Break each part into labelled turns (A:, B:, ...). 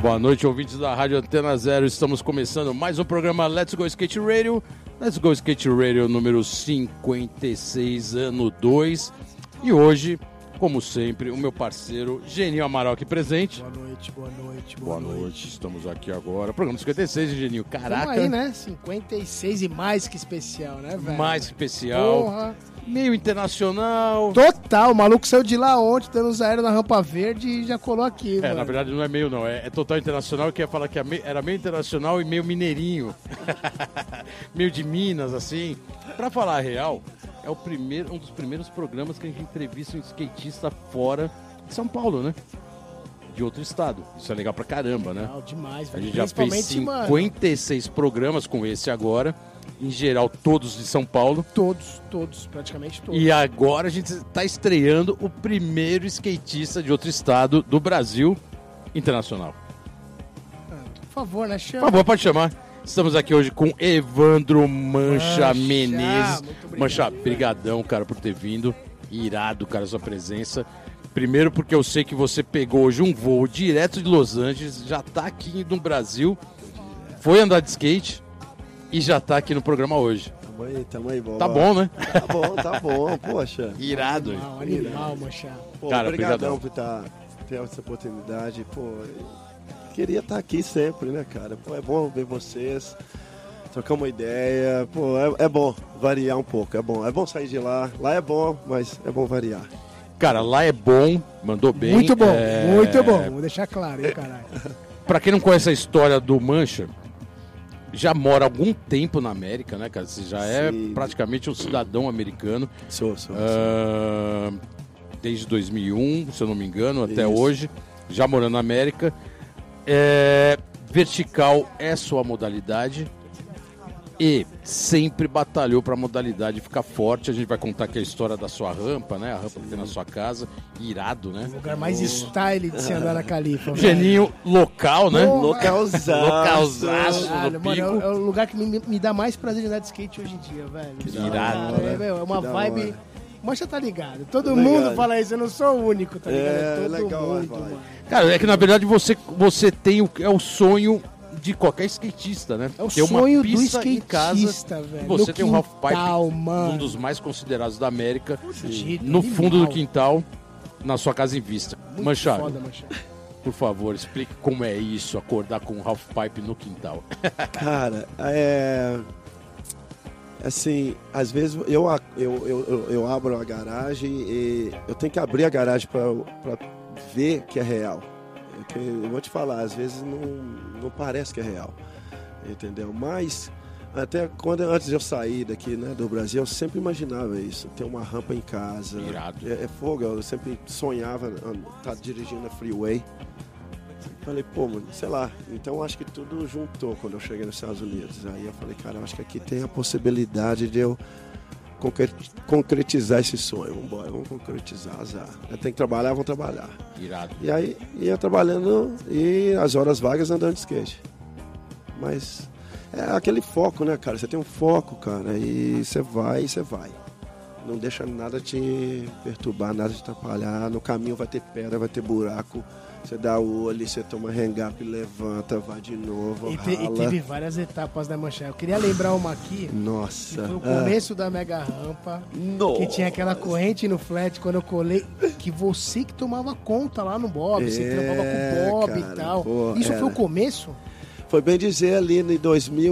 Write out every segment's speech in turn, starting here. A: Boa noite, ouvintes da Rádio Antena Zero. Estamos começando mais um programa Let's Go Skate Radio. Let's Go Skate Radio número 56, ano 2. E hoje, como sempre, o meu parceiro Geninho Amaral aqui presente.
B: Boa noite, boa noite,
A: Boa noite, estamos aqui agora. Programa 56, Geninho. Caraca,
B: Tamo aí, né? 56 e mais que especial, né, velho?
A: mais especial.
B: Porra.
A: Meio internacional.
B: Total, o maluco saiu de lá ontem, dando os aéreos na rampa verde e já colou aqui,
A: É,
B: mano.
A: na verdade não é meio não, é, é total internacional, que ia falar que é meio- era meio internacional e meio mineirinho. meio de Minas, assim. Pra falar a real, é o primeiro, um dos primeiros programas que a gente entrevista um skatista fora de São Paulo, né? De outro estado. Isso é legal pra caramba, né?
B: Legal demais,
A: A
B: velho.
A: gente já fez
B: Principalmente, mano,
A: 56 programas com esse agora, em geral todos de São Paulo.
B: todos, todos, praticamente todos.
A: E agora a gente está estreando o primeiro skatista de outro estado do Brasil internacional.
B: Mano, Por favor, né,
A: Por
B: chama.
A: favor, pode chamar. Estamos aqui hoje com Evandro Mancha,
B: Mancha,
A: Menezes.
B: muito obrigado,
A: Mancha,
B: Evandro.
A: brigadão, cara, por ter vindo. Irado, cara, sua presença. Primeiro porque eu sei que você pegou hoje um voo direto de Los Angeles, já tá aqui no Brasil, foi andar de skate e já tá aqui no programa hoje.
C: Tamo aí, tamo aí, boa.
A: Tá bom, né?
C: Tá bom, tá bom, poxa.
A: Irado.
B: Animal, animal, mancha.
C: Pô,
A: Cara,
C: obrigadão
A: obrigadão.
C: por tá, ter essa oportunidade, pô. Queria estar aqui sempre, né, cara? Pô, é bom ver vocês, trocar uma ideia, pô, é, é bom variar um pouco, é bom. É bom sair de lá, lá é bom, mas é bom variar.
A: Cara, lá é bom, mandou bem.
B: muito bom,
A: É,
B: muito bom. Vou deixar claro, hein, caralho.
A: Pra quem não conhece a história do Mancha, já mora há algum tempo na América, né, cara? Você já é
C: Sim.
A: praticamente um cidadão americano.
C: Sou, sou.
A: ah, desde 2001, se eu não me engano, até
C: Isso.
A: hoje, já morando na América. É, vertical é sua modalidade e sempre batalhou pra modalidade ficar forte. A gente vai contar aqui a história da sua rampa, né? A rampa que tem na sua casa. Irado, né?
B: O lugar mais style de se andar na Califa.
C: É.
B: velho.
A: Geninho local, né?
B: Porra.
C: Localzaço.
A: Localzaço.
B: Caralho,
A: do
B: mano, é
A: pico.
B: o- é o lugar que me, me dá mais prazer de andar de skate hoje em dia, velho.
A: da irado,
B: Cara,
C: né?
B: é, meu, é uma
C: Que da
B: vibe.
C: hora.
B: Mancha tá ligado. Todo
C: Legal.
B: mundo fala isso, eu não sou o único, tá
C: É,
B: ligado? todo
C: legal a
B: mundo,
C: vibe.
B: mano.
A: Cara, é que na verdade você, você tem o, é o sonho de qualquer skatista, né?
B: É o
A: Ter uma
B: sonho do
A: pista em
B: skatista, velho.
A: Você
B: No
A: tem um half
B: quintal,
A: pipe,
B: mano.
A: um dos mais considerados da América,
B: Fudido,
A: no
B: animal.
A: fundo do quintal, na sua casa em vista.
B: Muito
A: Manchado,
B: foda, Manchado.
A: por favor, explique como é isso, acordar com um half pipe no quintal.
C: Cara, é. Assim, às vezes eu, a- eu, eu, eu, eu abro a garagem e eu tenho que abrir a garagem para ver que é real. É que Eu vou te falar, às vezes não, não parece que é real, entendeu? Mas até quando antes de eu sair daqui né, do Brasil, eu sempre imaginava isso, ter uma rampa em casa.
A: Irado.
C: É, é fogo, eu sempre sonhava estar dirigindo a freeway. Falei, pô, mano, sei lá. Então acho que tudo juntou quando eu cheguei nos Estados Unidos. Aí eu falei, cara, eu acho que aqui tem a possibilidade de eu concre- concretizar esse sonho. Vambora, vamos concretizar, azar. Tem que trabalhar, vamos trabalhar.
A: Irado.
C: E aí ia trabalhando e as horas vagas andando de skate. Mas é aquele foco, né, cara? Você tem um foco, cara, e você vai, você vai. Não deixa nada te perturbar, nada te atrapalhar. No caminho vai ter pedra, vai ter buraco. Você dá o olho, você toma hang-up, levanta, vai de novo,
B: E, te- e
C: rala.
B: teve várias etapas da Mancha. Eu queria lembrar uma aqui, que
C: Nossa. É.
B: foi o
C: Ah,
B: começo da Mega Rampa.
C: nossa.
B: Que tinha aquela corrente no flat quando eu colei, que você que tomava conta lá no Bob, você
C: É,
B: trampava com o Bob e
C: cara,
B: tal.
C: pô,
B: Isso
C: era.
B: foi o começo?
C: Foi bem dizer ali em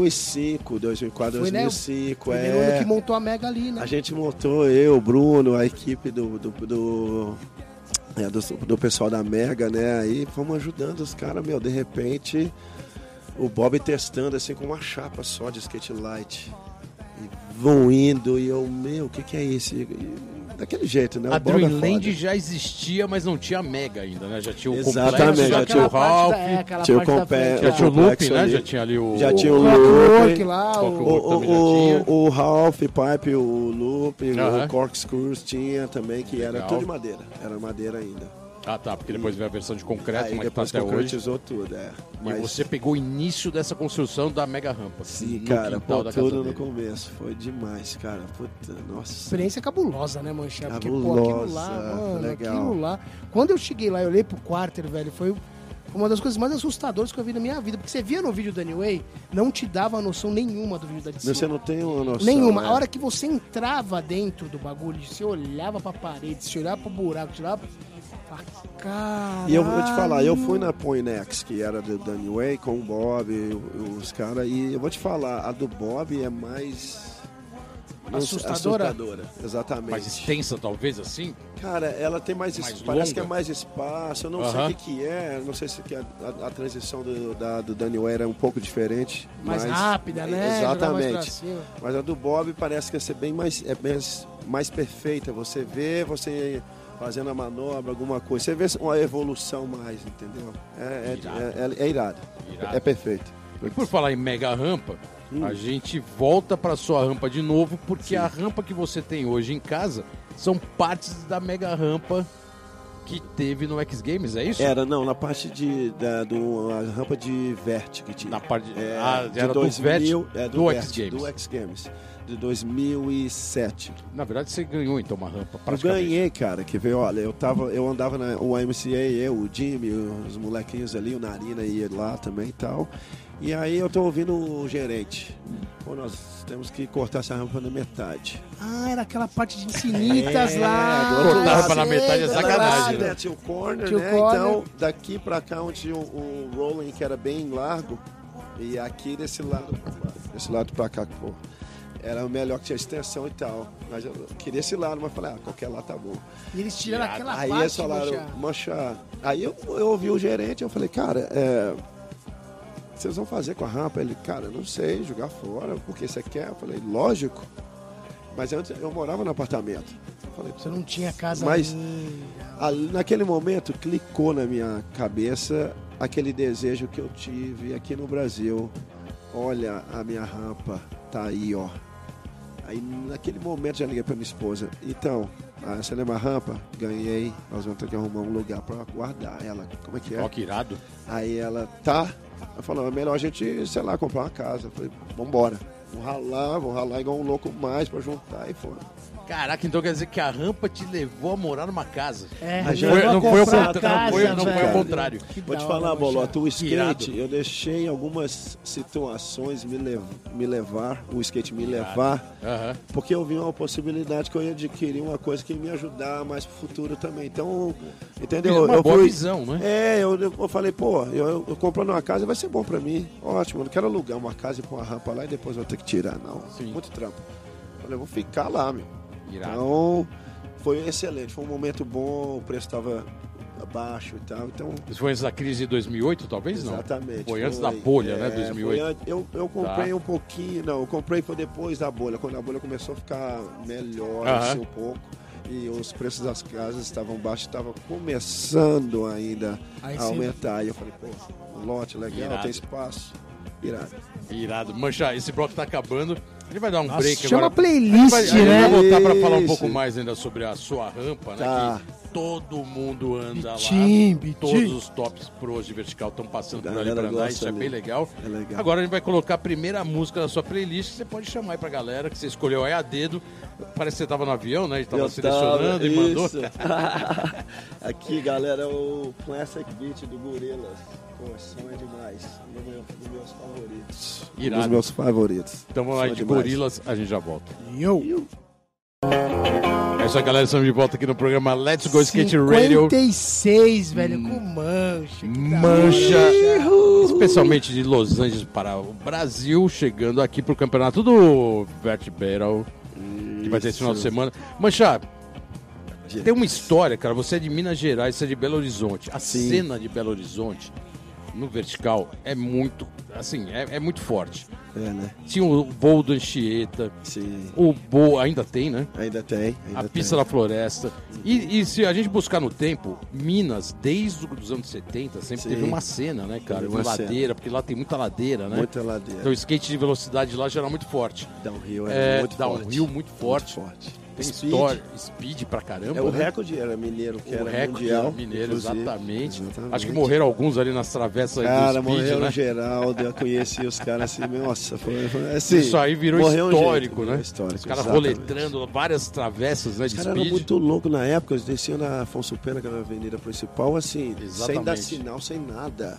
C: 2005, 2004,
B: Foi, né?
C: 2005.
B: Primeiro
C: é...
B: ano que montou a Mega ali, né?
C: A gente montou, eu, o Bruno, a equipe do do, do, é, do, do pessoal da Mega, né? Aí fomos ajudando os caras, meu, de repente o Bob testando assim com uma chapa só de skate light. E vão indo e eu, meu, o que, que é isso? E- e- daquele jeito, né? O
A: A
C: Bob é
A: Dreamland
C: foda.
A: já existia, mas não tinha Mega ainda, né? Já tinha o
C: Exatamente,
A: complexo, já
C: já
A: tinha o
B: Aquela parte da- é,
A: Ralph,
B: aquela
C: tinha o
B: parte da
C: compé-
B: frente
A: já
B: lá.
A: tinha o Loop,
C: complexo
A: né?
C: ali.
A: Já tinha ali o...
C: Já tinha
B: o
C: o
B: Clockwork
C: loop.
B: lá,
A: Clockwork.
B: o...
C: O,
A: também já
C: o, o, o Ralph Pipe, o Loop,
A: Aham.
C: o Corkscrews tinha também, que era
A: Legal.
C: tudo de madeira. Era madeira ainda.
A: Ah, tá, porque depois veio a versão de concreto,
C: Aí
A: mas que tá
C: depois
A: até hoje.
C: concretizou tudo, é.
A: E você pegou o início dessa construção da mega rampa.
C: Sim,
A: no
C: cara,
A: quintal
C: pô,
A: da casa
C: tudo no
A: dele.
C: começo. Foi demais, cara. Puta, nossa.
B: Experiência cabulosa, né, Mancha? Porque, pô,
C: Cabulosa,
B: aquilo lá, mano,
C: legal.
B: aquilo lá. Quando eu cheguei lá, eu olhei pro quarter, velho, foi uma das coisas mais assustadoras que eu vi na minha vida. Porque você via no vídeo da New Way, não te dava noção nenhuma do vídeo da de cima.
C: Você não tem uma noção.
B: Nenhuma.
C: né?
B: A hora que você entrava dentro do bagulho, você olhava pra parede, você olhava pro buraco, você olhava pra... Caralho.
C: E eu vou te falar, eu fui na Poinex, que era do Danny Way, com o Bob, o- os caras, e eu vou te falar, a do Bob é mais. não sei,
B: Assustadora?
C: assustadora, Exatamente.
A: Mais extensa, talvez, assim?
C: Cara, ela tem mais, es-
A: Mais
C: parece
A: longa?
C: que é mais espaço. Eu não sei
A: Aham.
C: o que, que é, não sei se que a, a- a transição do, da, do Daniel era um pouco diferente.
B: Mais
C: mas-
B: rápida, né? Jogar mais pra
C: Exatamente.
B: cima.
C: Mas a do Bob parece que ia ser bem mais, é bem mais, mais perfeita. Você vê, você fazendo a manobra, alguma coisa. Você vê uma evolução mais, entendeu? É, é,
A: Irado.
C: é- é- é irado.
A: Irado.
C: É perfeito.
A: E por falar em mega rampa,
C: Hum.
A: a gente volta pra sua rampa de novo, porque a rampa que você tem hoje em casa são partes da mega rampa que teve no X Games, é isso?
C: Era, não, na parte de, da do, a rampa de vértigo. De,
A: Na parte de,
C: É,
A: ah,
C: de
A: era do
C: 2000,
A: Vértigo,
C: é,
A: do, X
C: Vértigo,
A: Games.
C: Do X Games. De 2007.
A: Na verdade, você ganhou então uma rampa
C: Eu
A: praticamente.
C: ganhei, cara, que veio, olha, eu tava, eu andava na o MCA, eu, o Jimmy, os molequinhos ali, o Narina ia lá também e tal. E aí eu tô ouvindo o gerente. Pô, nós temos que cortar essa rampa na metade.
B: Ah, era aquela parte de infinitas lá.
C: É, do outro lado. Cortava
A: na metade, é
B: Sei,
A: sacanagem,
B: caralho.
A: né?
C: Né? Tinha o corner,
B: Tinha o
C: né?
B: corner.
C: Então, daqui pra cá onde o, o rolling que era bem largo, e aqui desse lado pra cá, desse lado pra cá, pô. Era o melhor que tinha extensão e tal. Mas eu queria esse lado, mas falei, ah, qualquer lado tá bom.
B: E eles tiraram aquela
C: Aí é
B: parte,
C: eles falaram,
B: poxa.
C: mancha. Aí eu, eu ouvi o gerente, eu falei, cara, é, vocês vão fazer com a rampa? Ele, cara, não sei, jogar fora, porque você quer? Eu falei, lógico. Mas antes eu morava no apartamento. Eu falei,
B: Você não tinha casa
C: Mas-
B: ainda.
C: ali, naquele momento clicou na minha cabeça aquele desejo que eu tive aqui no Brasil. Olha a minha rampa, tá aí, ó. Aí naquele momento já liguei pra minha esposa. Então, ah, você lembra a rampa? Ganhei. Nós vamos ter que arrumar um lugar pra guardar ela. Como é que é?
A: Ó, que irado.
C: Aí ela, tá. Eu falei, é melhor a gente, sei lá, comprar uma casa. Eu falei, vambora. Vou ralar, vou ralar igual um louco mais pra juntar e fora.
A: Caraca, então quer dizer que a rampa te levou a morar numa casa.
B: É,
C: A gente
B: levou
C: foi-
B: a
C: não
A: foi o
B: comprar
A: contra-
B: casa,
A: não foi- não foi o
B: velho.
A: contrário.
B: Que da
C: Vou te
B: hora,
C: falar,
B: poxa.
C: Bolota, o skate,
A: Irado.
C: eu deixei em algumas situações me, lev- me levar, o skate me
A: Irado.
C: levar,
A: Aham.
C: porque eu vi uma possibilidade que eu ia adquirir uma coisa que ia me ajudar mais pro futuro também. Então, entendeu?
A: É Uma
C: eu
A: boa
C: fui-
A: visão, né?
C: É, eu, eu falei, pô, eu, eu, comprando uma casa vai ser bom pra mim. Ótimo, eu não quero alugar uma casa e pôr uma rampa lá e depois vou ter que tirar, não.
A: Sim.
C: Muito trampo. Eu Falei, eu vou ficar lá, meu.
A: Irado.
C: Então, foi excelente, foi um momento bom, o preço tava baixo e tal, então
A: Isso foi antes da crise de 2008, talvez não?
C: Exatamente. É,
A: Foi antes da bolha, né, 2008.
C: foi an- eu, eu comprei
A: Tá.
C: um pouquinho, não, eu comprei foi depois da bolha, quando a bolha começou a ficar melhor
A: Aham.
C: assim, um pouco. E os preços das casas estavam baixos, estava começando ainda
B: Aí
C: a
B: sim.
C: aumentar. E eu falei, pô, um lote legal,
A: Irado.
C: tem espaço. Irado.
A: Irado. Mancha, esse bloco tá acabando. Ele vai dar um
B: Nossa,
A: break agora.
B: chama a playlist,
A: A gente vai-
B: né?
A: A gente vai voltar pra falar um
C: Isso.
A: pouco mais ainda sobre a sua rampa, né?
C: Tá.
A: Que todo mundo anda
B: Bitim,
A: lá.
B: bitim.
A: Todos os tops pros de vertical estão passando por ali
C: Galera
A: pra andar.
C: gosta
A: Isso é
C: ali.
A: bem legal.
C: É legal.
A: Agora a gente vai colocar a primeira música da sua playlist. que Você pode chamar aí pra galera que você escolheu aí a dedo. Parece que você tava no avião, né? A gente tava
C: Eu
A: selecionando
C: tava-
A: e mandou.
C: isso. Aqui, galera, é o Classic Beat do Gorilas. Pô, sonho demais. Um do meu- dos meus favoritos. Um dos
A: Irado.
C: meus favoritos.
A: Então vamos lá,
C: Sonho
A: de
C: demais.
A: gorilas, a gente já volta.
B: Yo.
A: É isso aí, galera. Estamos de volta aqui no programa
C: um
A: Let's Go Skate Radio.
B: 56, velho, com mancha. que da
A: Mancha,
B: hora.
A: especialmente de Los Angeles para o Brasil, chegando aqui pro campeonato do Vert Battle, que vai ter esse final de semana. Mancha, tem uma história, cara. Você é de Minas Gerais, você é de Belo Horizonte. A
C: Sim.
A: cena de Belo Horizonte no vertical é muito, assim, é, é muito forte.
C: É, né?
A: Tinha o voo do Anchieta,
C: Sim.
A: o Bo, ainda tem, né?
C: Ainda tem. Ainda
A: A
C: tem.
A: pista da floresta. E, e se a gente buscar no tempo, Minas, desde os anos 70, sempre
C: Sim.
A: teve uma cena, né, cara?
C: Teve
A: De
C: uma
A: ladeira, porque lá tem muita ladeira, né?
C: Muita ladeira.
A: Então o skate de velocidade lá já era muito forte.
C: Downhill
A: É,
C: é, muito
A: dá um
C: forte.
A: rio muito forte.
C: Muito forte.
A: Tem
C: Speed.
A: história, speed pra caramba.
C: É o
A: né?
C: recorde, era mineiro,
A: O
C: que era
A: recorde
C: mundial.
A: era mineiro,
C: inclusive.
A: exatamente.
C: Exatamente.
A: Acho que morreram alguns ali nas travessas aí do
C: Cara,
A: speed,
C: morreu um
A: né?
C: o Geraldo, eu conheci os caras assim, nossa, foi, foi assim.
A: Isso aí virou
C: morreu um
A: histórico,
C: jeito,
A: né?
C: virou Histórico,
A: Os caras
C: exatamente.
A: roletrando várias travessas, né,
C: Os
A: de
C: caras eram
A: speed.
C: muito loucos na época, eles desciam na Afonso Pena, que era a avenida principal, assim, sem dar
A: Exatamente.
C: sinal, sem nada.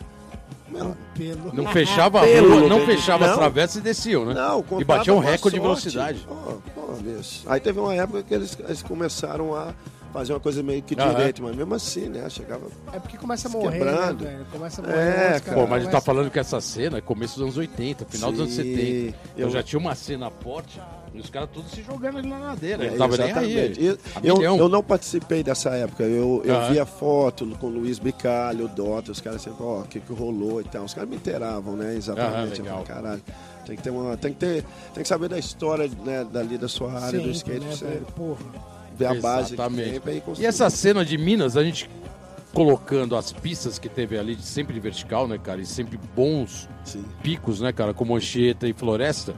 C: Não,
B: Pelo.
A: Não fechava a
C: Pelo
A: rua, não
C: menos.
A: fechava as
C: Não.
A: travessas e desciam, né?
C: não contava
A: e batia um
C: com a
A: recorde de
C: sorte.
A: velocidade.
C: Pô, pô, Deus. Aí teve uma época que eles, eles começaram a fazer uma coisa meio que
A: Aham.
C: direito, mas mesmo assim, né? Chegava.
B: É porque começa a
C: Se
B: morrer, né,
C: quebrando.
B: velho? Começa a
C: É,
B: morrer. os caras
C: cara. assim.
A: Pô, mas a gente tá
B: começam-
A: falando que essa cena é começo dos anos 80, final dos anos
C: Sim,
A: 70. Eu
C: eu-
A: já tinha uma cena forte e os caras todos se jogando ali na ladeira.
C: é,
A: não tava nem
C: exatamente.
A: aí.
C: E-
A: A
C: Eu,
A: milhão.
C: eu não participei dessa época. Eu, eu
A: Aham.
C: via foto com o Luiz Bicalho, o Dota, os caras sempre, ó, o que, que rolou e tal. Os caras me inteiravam, né? Exatamente.
A: Aham,
C: Eu
A: legal.
C: falei, caralho. Tem que, ter uma, tem, que ter, tem que saber da história né, dali da sua área do
B: Sempre,
C: skate, pra
B: né,
C: você
B: velho? Porra.
C: ver a base que
A: Exatamente.
C: tem pra ir
A: E
C: construindo.
A: essa cena de Minas, a gente colocando as pistas que teve ali, de sempre de vertical, né, cara? E sempre bons
C: Sim.
A: picos, né, cara? Como Anchieta e Floresta.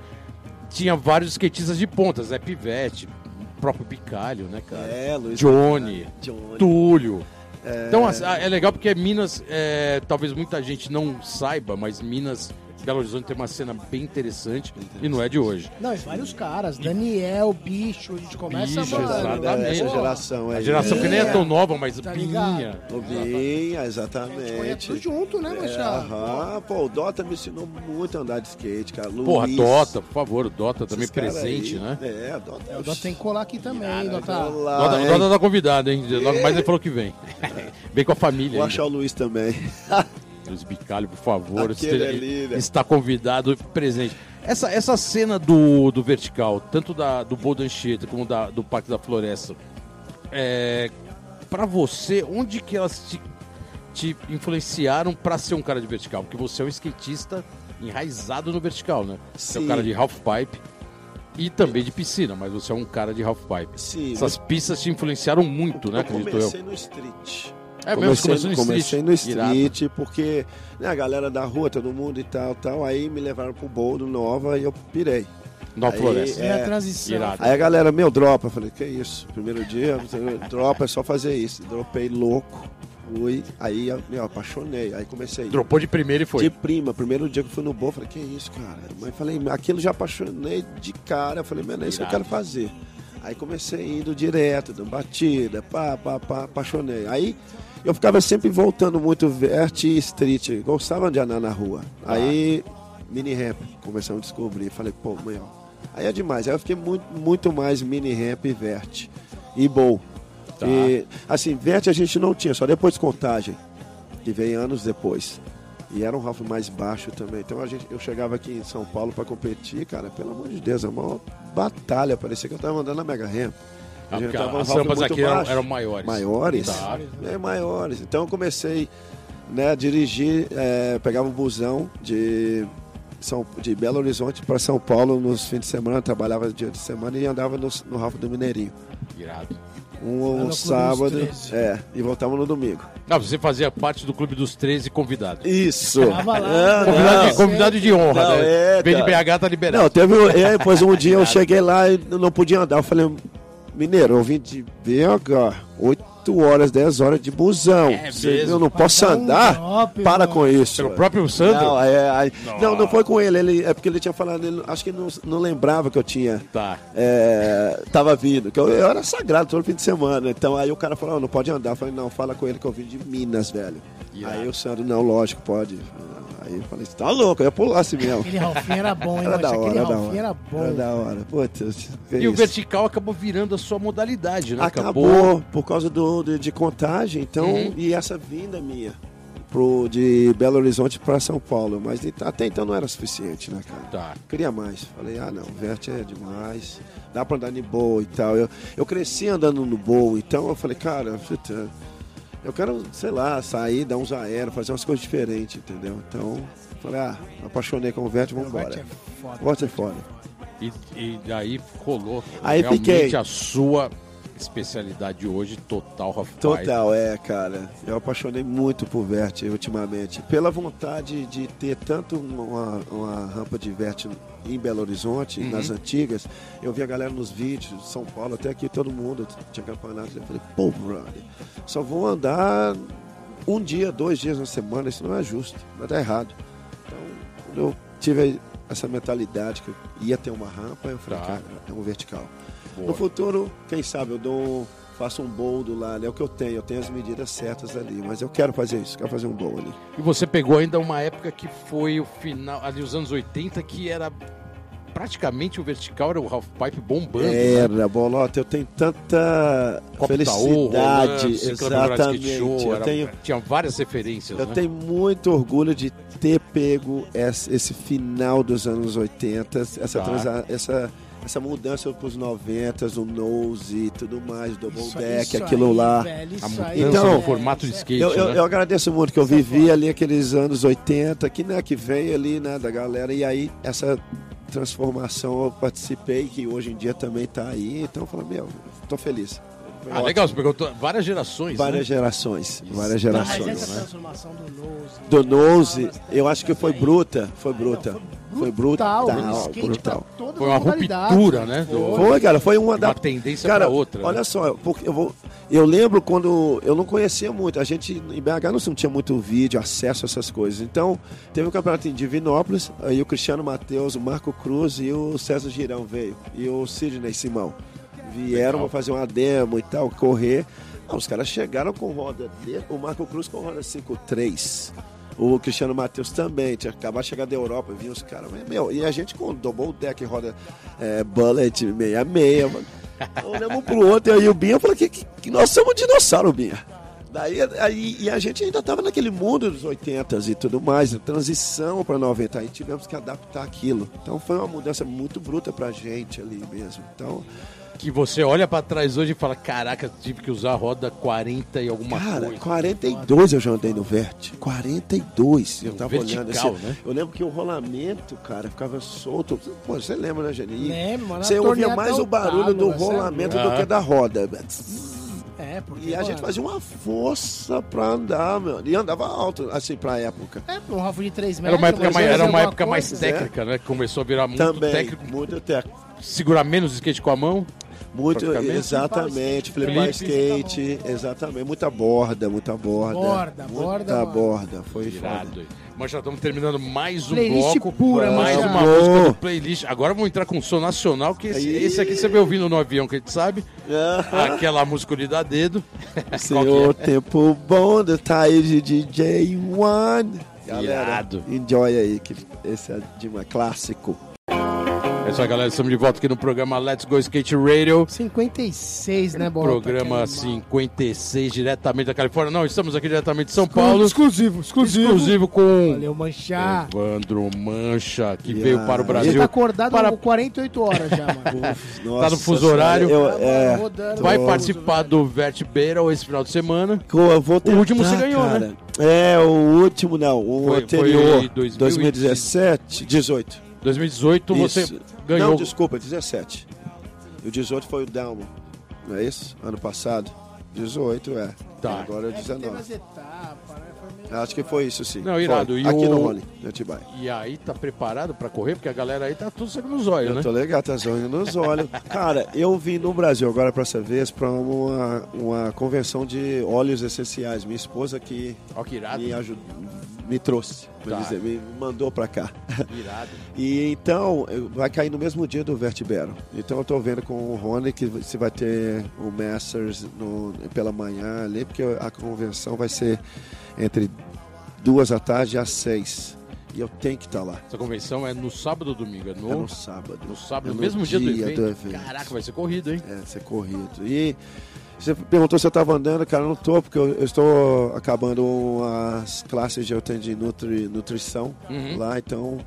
A: Tinha vários skatistas de pontas, né? Pivete, o próprio Bicalho, né, cara?
C: É, Luiz
A: Johnny,
C: Johnny.
A: Túlio. Então assim, ah, é legal porque Minas, é, talvez muita gente não saiba, mas Minas, Belo Horizonte tem uma cena bem interessante e não é de hoje.
B: Não, e vários caras. Daniel, bicho, a gente começa
A: Bicho,
B: mano.
A: exatamente.
C: Essa
B: Porra.
C: geração aí.
A: A geração que nem é
B: Minha.
A: tão nova, mas
B: Tá
A: minha.
B: ligado?
C: Tobinha,
B: A gente conhece
C: exatamente.
B: tudo junto, né,
C: É,
B: Machado?
C: Aham, pô, o Dota me ensinou muito a andar de skate, cara. Luiz,
A: Porra, Dota, por favor, o Dota
C: esses
A: também
C: caras
A: presente,
C: aí. Ah,
A: né?
C: É, o Dota.
B: É, o Dota tem que colar aqui também, Dota.
C: Vamos lá,
A: Dota,
C: hein?
A: Dota tá convidado, hein? Logo mais ele falou que vem. vem com a família.
C: Vou
A: ainda.
C: achar o Luiz também.
A: Luiz Bicalho, por favor,
C: Aquele
A: esteja-
C: ali, né?
A: está convidado e presente. Essa, essa cena do, do vertical, tanto da, do Boa do Anchieta como da, do Parque da Floresta, é, para você, onde que elas te, te influenciaram para ser um cara de vertical? Porque você é um skatista enraizado no vertical, né? Você é um
C: Sim.
A: cara de half-pipe e também de piscina, mas você é um cara de half-pipe.
C: Sim,
A: Essas pistas te influenciaram muito,
C: eu
A: né? Acredito eu.
C: comecei no street.
A: É mesmo,
C: comecei,
A: começou no street.
C: comecei no
A: Irado.
C: street, porque né, a galera da rua, todo mundo e tal, tal, aí me levaram pro Boldo Nova e eu pirei.
A: Na
C: Aí,
A: floresta.
B: É
C: É,
B: a transição.
A: irado.
C: Aí a galera, meu, dropa. Eu falei, que isso? Primeiro dia, dropa é só fazer isso. Dropei louco, fui. Aí, meu, apaixonei. Aí comecei.
A: Dropou de primeira e foi.
C: De prima, primeiro dia que eu fui no bolo, eu falei, que isso, cara? Mas falei, aquilo já apaixonei de cara. Eu falei, mano, é isso que eu
A: Irado.
C: quero fazer. Aí comecei indo direto, dando batida, pá, pá, pá, apaixonei. Aí eu ficava sempre voltando muito vert e street. Gostava de andar na rua.
A: Tá.
C: Aí, mini rap, começamos a descobrir. Falei, pô, mãe, ó. Aí é demais. Aí eu fiquei muito, muito mais mini rap e vert. E bom.
A: Tá.
C: E, assim, vert a gente não tinha, só depois de contagem que veio anos depois. E era um Ralph mais baixo também. Então a gente, eu chegava aqui em São Paulo pra competir, cara, pelo amor de Deus, é uma batalha. Parecia que eu tava andando na Mega Ramp.
A: Ah,
C: A gente
A: porque
C: tava um
A: as
C: Ralph
A: rampas
C: muito
A: aqui eram,
C: baixo.
A: eram maiores.
C: Maiores?
A: Tá.
C: É, maiores. Então eu comecei né, a dirigir, é, pegava um busão de, São, de Belo Horizonte pra São Paulo nos fins de semana, trabalhava dia de semana e andava no, no Ralph do Mineirinho.
A: Irado.
C: Um,
B: Era o Clube dos
C: sábado,
B: 13.
C: é, e voltava no domingo.
A: Ah, você fazia parte do Clube dos 13 convidado.
C: Isso!
B: Tava lá.
C: Ah,
A: Convidado, de,
B: Não.
A: convidado de honra,
C: Não,
A: né?
C: é,
A: Vem de
C: cara.
A: BH, tá
C: Não,
A: liberado.
C: teve. É, pois um dia eu cheguei lá e não podia andar. Eu falei, Mineiro, eu vim de BH, 8 horas, 10 horas de busão.
A: É
C: Você
A: mesmo?
C: viu, eu não posso
B: dar um
C: andar?
B: drop,
C: Para
B: mano.
C: com isso.
A: Pelo próprio Sandro?
C: Não, é, aí- não,
A: Nossa.
C: não foi com ele, ele. É porque ele tinha falado, ele, acho que não, não lembrava que eu tinha.
A: Tá.
C: é, tava vindo, que eu, eu era sagrado todo fim de semana. Então aí o cara falou: "Ó, não pode andar. Eu falei: não, fala com ele que eu vim de Minas, velho.
A: Irado.
C: Aí o Sandro: não, lógico, pode. Aí eu falei: você tá louco, eu ia pular assim mesmo.
B: Aquele Ralfinho era bom, hein,
C: Era
B: Mancha?
C: da hora,
B: Aquele
C: era da
B: Ralfinho
C: hora.
B: era bom.
C: Era da hora. Puta,
A: E o
C: que é isso.
A: vertical acabou virando a sua modalidade, né?
C: acabou, por causa do, de, de contagem, então,
A: Uhum.
C: e essa vinda minha pro, de Belo Horizonte para São Paulo. Mas de- até então não era suficiente, né, cara?
A: Tá.
C: Queria mais. Falei, ah não, verte é demais. Dá pra andar de boa e tal. Eu, eu cresci andando no boa, então eu falei, cara, puta, eu quero, sei lá, sair, dar uns aéreos, fazer umas coisas diferentes, entendeu? Então, falei, ah, me apaixonei com o verte, vamos
B: Bate é
C: embora.
B: foda.
C: Volte é foda.
A: E, e daí rolou
C: Aí
A: realmente
C: fiquei.
A: a sua especialidade hoje, total Raffaelli.
C: Total, é, cara. Eu apaixonei muito por vert ultimamente. Pela vontade de ter tanto uma, uma rampa de vert em Belo Horizonte, nas antigas, eu vi a galera nos vídeos, São Paulo, até aqui todo mundo tinha campeonato. Eu falei, pô, brother, só vou andar um dia, dois dias na semana, isso não é justo, vai dar errado. Então, quando eu tive essa mentalidade que eu ia ter uma rampa, eu falei,
A: Tá.
C: cara, é um vertical.
A: Boa.
C: No futuro, quem sabe eu dou um- faço um boldo lá, né? é o que eu tenho, eu tenho as medidas certas ali, mas eu quero fazer isso, quero fazer um bowl ali.
A: E você pegou ainda uma época que foi o final, ali os anos 80, que era praticamente o vertical, era o half pipe bombando. né?
C: Era, bolota, eu tenho tanta
A: Copa Itaú,
C: felicidade,
A: Rolando, Ciclano Brasil
C: exatamente.
A: Skate Show,
C: eu
A: era- um
C: tenho
A: tinha várias referências,
C: Eu
A: né?
C: tenho muito orgulho de ter pego esse, esse final dos anos 80, essa,
A: Tá.
C: transa- essa, essa mudança para os 90, o Nose e tudo mais, o Double
B: Isso-
C: Deck,
B: isso
C: aquilo
B: aí,
C: lá.
B: velho,
A: A
B: isso
A: mudança
B: aí,
C: Então-
A: no
B: velho,
A: formato de
B: isso é-
A: skate,
C: Eu, eu,
A: né?
C: eu agradeço muito que eu vivi ali aqueles anos 80, que, né, que veio ali né, da galera, e aí essa transformação eu participei, que hoje em dia também está aí, então eu falo, meu, tô feliz. Foi
A: Ah,
C: ótimo.
A: legal, você pegou to- várias gerações,
C: Várias
A: né?
C: gerações, várias
B: Não, mas
C: gerações.
B: essa transformação do Nose.
C: né, Do
B: né,
C: Nose,
B: das-
C: eu acho que foi
B: das-
C: bruta, foi bruta. Foi brutal,
B: Brutal, né? skate
C: brutal.
B: pra todas
A: Foi uma
B: as modalidades.
A: ruptura, né, do-
C: Foi, cara, foi uma da
A: É Uma tendência
C: cara,
A: pra outra, né?
C: Olha só, porque eu vou eu lembro quando eu não conhecia muito, a gente em BH não tinha muito vídeo, acesso a essas coisas. Então, teve um campeonato em Divinópolis, aí o Cristiano Mateus, o Marco Cruz e o César Girão veio, e o Sidney Simão. Vieram
A: Legal.
C: pra fazer uma demo e tal, correr. Ah, os caras chegaram com roda, de- o Marco Cruz com roda 5.3. O Cristiano Matheus também, tinha acabado de chegar da Europa, vinha os caras, mas, meu, e a gente com double deck, roda é, bullet 66, mano. Olhamos um pro outro, e aí o Binha falou que, que, que nós somos um dinossauro, Binha. Daí, aí, e a gente ainda tava naquele mundo dos 80 e tudo mais, a transição para 90, aí tivemos que adaptar aquilo. Então foi uma mudança muito bruta pra gente ali mesmo. Então,
A: Que você olha pra trás hoje e fala, caraca, tive que usar a roda 40 e alguma
C: Cara,
A: coisa.
C: 42 eu já andei no Vert. 42. Eu
A: No
C: tava
A: vertical,
C: olhando assim.
A: né?
C: Eu lembro que o rolamento, cara, ficava solto. Pô, você lembra, né, Janine?
B: Lembro, mano,
C: Você
B: a
C: ouvia
B: torneada
C: mais
B: é
C: o
B: o
C: barulho do
B: talo, você é
C: rolamento
A: doido.
C: do que da roda.
B: É, porque,
C: E a
B: mano,
C: gente fazia uma força pra andar, meu. E andava alto, assim, pra época.
B: É, um Rafa de 3
A: Era
B: metros.
A: uma época,
B: mas
A: mais, era
B: fazer
A: uma
B: alguma
A: época mais
B: coisa.
A: técnica, né? Começou a virar muito
C: é. Também,
A: técnico,
C: muito técnico.
A: segurar menos o skate com a mão.
C: Muito,
A: Praticamente. tá
C: exatamente. Flipar skate, exatamente. Muita borda, muita borda.
B: Borda, borda,
C: Muita
B: mano.
C: borda. Foi foda.
A: Irado. Mas já estamos terminando mais um
B: Playlist
A: bloco.
B: pura,
A: mais
C: já.
A: uma
C: Pô.
A: música do playlist. Agora vamos entrar com som nacional, que esse,
C: Aí. Ah.
A: esse aqui você vai ouvindo no avião, que a gente sabe.
C: É.
A: Aquela música de dar dedo. Qual que é?
C: Senhor Tempo Bom tá do Taíde DJ One. Galera,
A: Irado.
C: enjoy aí, que esse é de uma clássico.
A: É isso aí, galera. Estamos de volta aqui no programa Let's Go Skate Radio.
B: 56,
C: um
B: né, Bola?
A: Programa
C: assim.
A: 56, diretamente da Califórnia. Não, estamos aqui diretamente de São Paulo.
B: Exclusivo, exclusivo.
A: Exclusivo com
B: Valeu,
C: É,
B: Manchá.
A: Evandro Mancha, que
C: Yeah.
A: veio para o
B: Ele
A: Brasil.
B: tá acordado
A: Para-
B: há 48 horas já, mano.
C: Nossa
A: Tá fuso
C: senhora,
A: horário.
C: Eu,
B: Tá
C: é,
B: rodando.
A: Vai
B: Tô-
A: participar
B: né?
A: do Vert Battle esse final de semana.
C: co- eu vou tentar,
A: último você ganhou, né?
C: cara. É, o último não, o
A: Foi-
C: anterior,
A: foi 2000 e-
C: 2017, 18.
A: 2018
C: Isso.
A: você ganhou.
C: Não, desculpa, 17. E o 18 foi o Dalmo, não é isso? Ano passado. 18, é.
A: Tá.
C: E agora é
B: É que teve
C: 19.
B: as etapas, né? Foi meio-
C: Acho que foi isso, sim.
A: Não, irado,
C: Foi.
A: e
C: Aqui
A: o-
C: no Rony, em Atibaia.
A: E aí, tá preparado pra correr? Porque a galera aí tá tudo saindo nos olhos, né?
C: Eu tô legal, tá sorrindo nos olhos. Cara, eu vim no Brasil agora pra essa vez pra uma, uma convenção de óleos essenciais. Minha esposa que
A: Ó, que irado.
C: me ajudou, me trouxe, pra
A: Tá.
C: dizer, me mandou pra cá.
A: Irado.
C: E então, eu- vai cair no mesmo dia do Vertibero. Então eu tô vendo com o Rony que se vai ter o Masters no- pela manhã ali, porque a convenção vai ser entre duas da tarde às seis. E eu tenho que estar lá.
A: Essa convenção é no sábado ou domingo? É no,
C: É no sábado.
A: no sábado,
C: É
A: no
C: no
A: mesmo dia, do,
C: dia
A: evento.
C: do evento.
A: Caraca, vai ser corrido, hein?
C: É, ser corrido. E você perguntou se eu estava andando, cara, eu não tô, porque eu, eu estou acabando as classes de eu tenho de nutri- nutrição
A: Uhum.
C: lá, então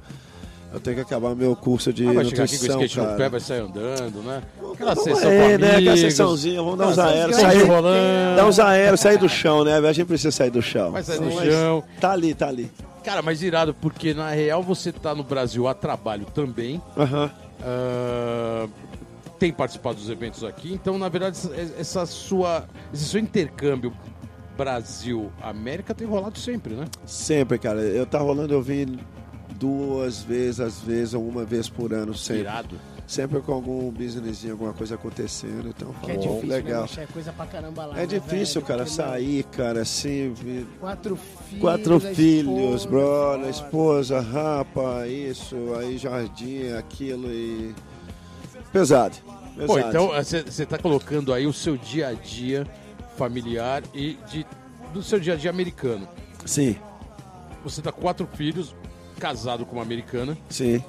C: eu tenho que acabar meu curso de
A: Ah, vai chegar aqui com o
C: nutrição,
A: skate no pé,
C: cara.
A: vai sair andando, né? é, Aquela
C: vamos
A: sessão
C: aí,
A: com
C: né? Aquela
A: amigos,
C: sessãozinha, vamos dar uns
A: aquela
C: aéreos,
A: sessão
C: sair-
A: rolando.
C: Dá uns aéreos, sair do chão, né? A gente precisa sair do chão.
A: Vai sair do
C: Então,
A: chão.
C: Tá ali, tá ali.
A: Cara, mas irado, porque na real você tá no Brasil a trabalho também.
C: Aham.
A: Ah, tem participado dos eventos aqui, então, na verdade, essa- essa sua, esse seu intercâmbio Brasil-América tem rolado sempre, né?
C: Sempre, cara. Eu tá rolando, eu vim duas vezes, às vezes, ou uma vez por ano, sempre.
A: Irado.
C: Sempre com algum businessinho, alguma coisa acontecendo. Então,
B: Que é
C: bom,
B: difícil,
C: legal.
B: né? bicho? É coisa pra caramba lá.
C: É
B: né,
C: difícil,
B: velho?
C: cara,
B: Porque,
C: sair, cara, assim. vi-
B: mano, Quatro filhos.
C: Quatro
B: a
C: filhos,
B: esposa,
C: brother,
B: foda.
C: esposa, rapa, isso, aí jardim, aquilo e. Pesado. pesado.
A: Pô, então você tá colocando aí o seu dia a dia familiar e de, do seu dia a dia americano.
C: Sim,
A: Você tá com quatro filhos, casado com uma americana,
C: sim.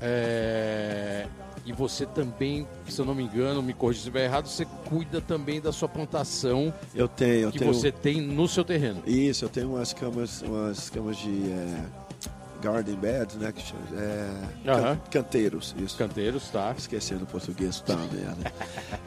A: é, e você também, se eu não me engano, me corrija se estiver errado, você cuida também da sua plantação
C: Eu tenho, eu
A: que
C: tenho.
A: você tem no seu terreno.
C: Isso, eu tenho umas camas, umas camas de é, garden beds, né? Que chama, é, can-
A: Aham.
C: canteiros, isso.
A: Canteiros, tá?
C: Esquecendo o português, tá uma merda.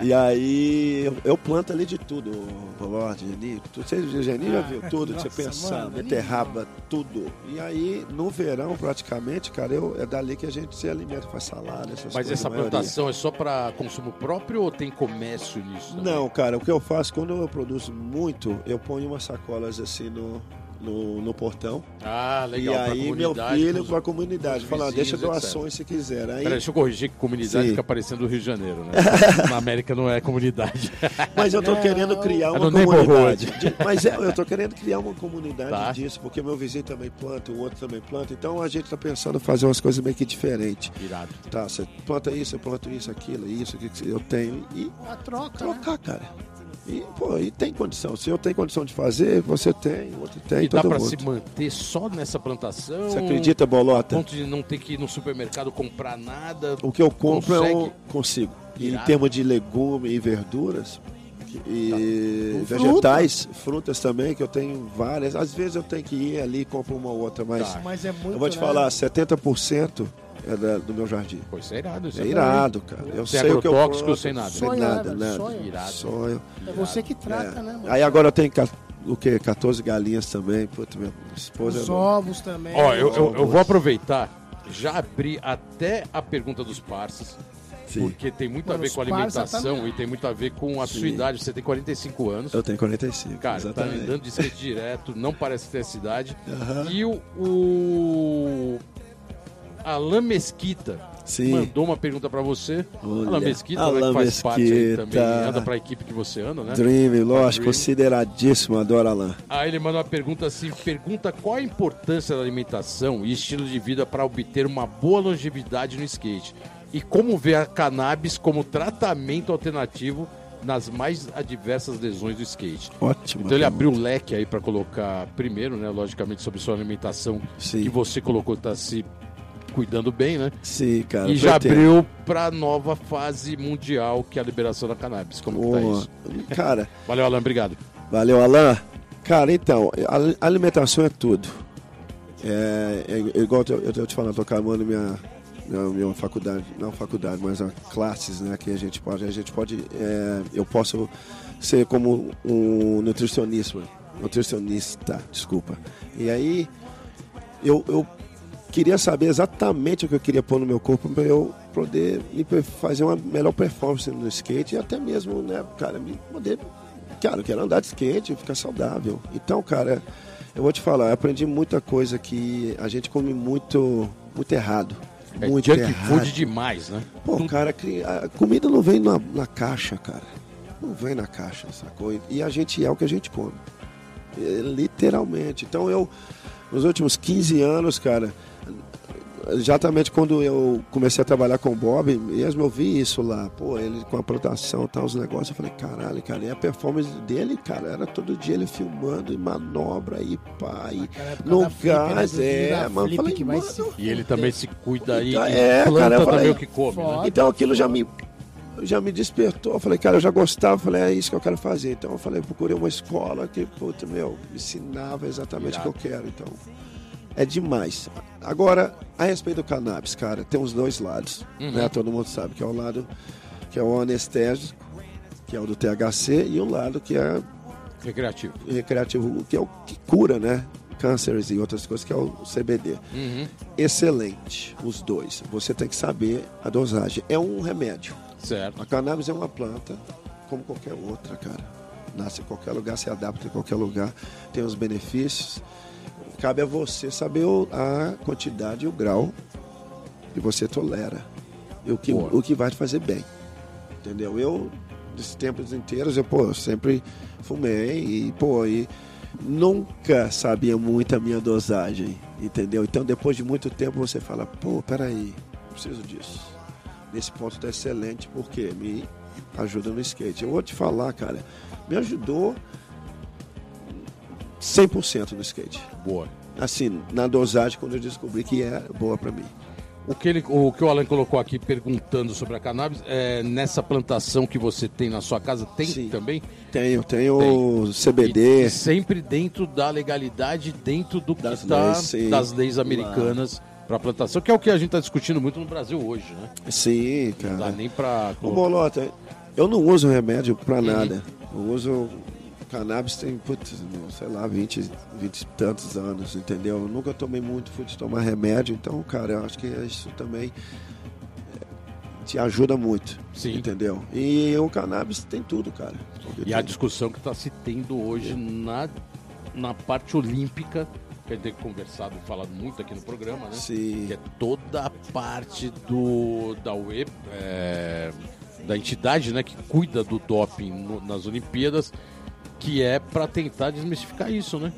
C: e aí eu, eu planto ali de tudo, vovó, Geni, tudo. Você, Geni já viu tudo, que você
B: Nossa,
C: pensar,
B: mano,
C: beterraba, tudo. E aí, no verão, praticamente, cara, eu, é dali que a gente se alimenta, faz salada, essas
A: Mas
C: coisas.
A: essa
C: a maioria.
A: plantação é só para consumo próprio ou tem comércio nisso? também?
C: Não, cara, o que eu faço, quando eu produzo muito, eu ponho umas sacolas assim no, no, no portão.
A: Ah, legal.
C: e
A: pra
C: aí, meu
A: comunidade,
C: filho,
A: pros-
C: com a comunidade,
A: pros
C: falar, deixa
A: vizinhos,
C: doações se quiser. Aí,
A: Peraí, deixa eu corrigir que comunidade
C: Sim.
A: fica parecendo o Rio de Janeiro, né? Na América não é comunidade.
C: Mas eu tô
B: Não.
C: querendo criar
A: É
C: uma
A: no neighborhood.
C: comunidade. De- mas é, eu tô querendo criar uma comunidade
A: Tá.
C: disso, porque meu vizinho também planta, o outro também planta. Então a gente tá pensando em fazer umas coisas meio que diferentes.
A: Irado.
C: Tá, você planta isso, eu planto isso, aquilo, isso, o que que eu tenho. E
B: A troca, né?
C: trocar, cara. E, pô, e tem condição. Se eu tenho condição de fazer, você tem, o outro tem,
A: e dá
C: todo
A: pra um
C: mundo.
A: se manter só nessa plantação?
C: Você acredita, Bolota?
A: Ponto de não ter que ir no supermercado comprar nada.
C: O que eu compro eu
A: Consegue?
C: consigo. E em
A: Irado.
C: termos de legume e verduras
A: Um
C: e
B: Tá.
C: vegetais, frutas também, que eu tenho várias. Às vezes eu tenho que ir ali e compro uma ou outra, mas
A: Tá.
B: Mas é muito.
C: eu vou te
B: né?
C: falar, 70% é da- do meu jardim.
A: Pô, isso é irado. Isso
C: É
A: bom,
C: irado, cara. Eu
A: Sem
C: sei o que eu
A: é agrotóxico,
C: planto,
A: sem nada.
C: Sem
B: Sonho,
C: nada,
B: né, velho?
C: nada.
B: Sonho.
A: Irado. é
C: Sonho.
A: hein?
B: É
A: Irado.
B: você que trata, né, mano?
C: Aí agora eu tenho ca- o quê? 14 galinhas também. Puta, minha esposa... é
B: Os ovos também.
A: Ó, eu, eu- eu vou aproveitar. Já abri até a pergunta dos parças.
C: Sim.
A: Porque tem muito a
B: Mano,
A: ver
B: os
A: com a
B: parça tá
A: alimentação
B: também.
A: e tem muito a ver com a sua
C: Sim.
A: idade. Você tem 45 anos.
C: Eu tenho 45,
A: Cara, tá
C: exatamente.
A: andando de skate direto, não parece ter essa idade.
C: Aham.
A: E o, o Alain Mesquita
C: Sim.
A: mandou uma pergunta pra você.
C: Olha,
A: Alain Mesquita,
C: Alain
A: né, que faz parte aí
C: Mesquita.
A: também, anda pra equipe que você anda, né?
C: Dream, lógico,
A: Dream.
C: consideradíssimo, adoro Alain.
A: Aí Ah, ele mandou uma pergunta assim, pergunta qual a importância da alimentação e estilo de vida pra obter uma boa longevidade no skate e como ver a cannabis como tratamento alternativo nas mais adversas lesões do skate.
C: Ótimo.
A: Então ele abriu o leque aí pra colocar primeiro, né? Logicamente sobre sua alimentação
C: Sim.
A: que você colocou tá se cuidando bem, né?
C: Sim, cara.
A: e já
C: pretendo.
A: abriu pra nova fase mundial que é a liberação da cannabis. Como que tá
C: Boa.
A: isso?
C: Cara,
A: Valeu, Alan, obrigado.
C: valeu, Alain. Cara, então, a- a alimentação é tudo. É, é- é igual eu, eu tô te falando, eu tô acabando minha, minha, minha faculdade, não faculdade, mas a classes, né? Que a gente pode, a gente pode, é, eu posso ser como um nutricionista, nutricionista, desculpa. E aí, eu, eu queria saber exatamente o que eu queria pôr no meu corpo para eu poder me per- fazer uma melhor performance no skate e até mesmo, né, cara, me poder. Cara, eu quero andar de skate e ficar saudável. Então, cara, eu vou te falar, eu aprendi muita coisa que a gente come muito, muito errado.
A: É
C: muito
A: junk
C: errado.
A: food demais, né?
C: Pô, cara, cri- a comida não vem na, na caixa, cara. Não vem na caixa, sacou? E- E a gente é o que a gente come. É, literalmente. Então eu, nos últimos 15 anos, cara, exatamente quando eu comecei a trabalhar com o Bob, mesmo eu vi isso lá. Pô, ele com a plantação e tal, os negócios, eu falei, caralho, cara, e a performance dele, cara, era todo dia ele filmando e manobra e pá, e
B: Naquela época
C: no
B: da flip, né,
C: gás,
B: do vídeo da
C: é, mano. eu
B: flip
C: Falei,
B: que vai
C: mano,
B: se
A: E ele também se cuida aí
C: Então,
A: e
C: é, cara,
A: planta
C: eu falei-
A: também o que come, né?
B: Foda.
C: então aquilo já me, já me despertou. Eu falei, cara, eu já gostava. Eu falei, é isso que eu quero fazer. Então eu falei, procurei uma escola que, puta, meu, me ensinava exatamente o que eu quero. Então é demais. Agora, a respeito do cannabis, cara, tem os dois lados. Né? Todo mundo sabe que é o lado que é o anestésico, que é o do THC, e o lado que é
A: Recreativo.
C: recreativo, que é o que cura, né? Cânceres e outras coisas, que é o CBD. Excelente, os dois. Você tem que saber a dosagem. É um remédio.
A: Certo. Ah,
C: A cannabis é uma planta como qualquer outra, cara. Nasce em qualquer lugar, se adapta em qualquer lugar, tem os benefícios. Cabe a você saber o- a quantidade e o grau que você tolera. E o que,
A: Boa.
C: o que vai te fazer bem. Entendeu? Eu, desses tempos inteiros, eu, pô, sempre fumei e, pô, e nunca sabia muito a minha dosagem, entendeu? Então, depois de muito tempo, você fala, pô, peraí, não preciso disso. Nesse ponto tá excelente, porque me ajuda no skate. Eu vou te falar, cara, me ajudou 100% no skate.
A: Boa.
C: Assim, na dosagem, quando eu descobri que é boa pra mim.
A: O que, ele, o que o Alan colocou aqui perguntando sobre a cannabis, é, nessa plantação que você tem na sua casa, tem
C: Sim.
A: também?
C: Tenho, tenho
A: E, e
C: CBD,
A: sempre dentro da legalidade, dentro do que
C: Das
A: tá-
C: leis, sim.
A: das leis americanas para plantação, que é o que a gente está discutindo muito no Brasil hoje, né?
C: sim,
A: Não
C: cara.
A: dá nem para
C: É. Ô Bolota, eu não uso remédio
A: Uhum.
C: pra nada. Eu uso cannabis tem, putz, não, sei lá, 20, 20 e tantos anos, entendeu? Eu nunca tomei muito, fui de tomar remédio, então, cara, eu acho que isso também eh, te ajuda muito,
A: Sim.
C: entendeu? E o cannabis tem tudo, cara.
A: E a discussão que está se tendo hoje na, na parte olímpica, que a gente tem conversado, falado muito aqui no programa, né?
C: Sim.
A: Que é toda a parte do da UE, é, da entidade né, que cuida do doping no- nas Olimpíadas, que é para tentar desmistificar isso, né?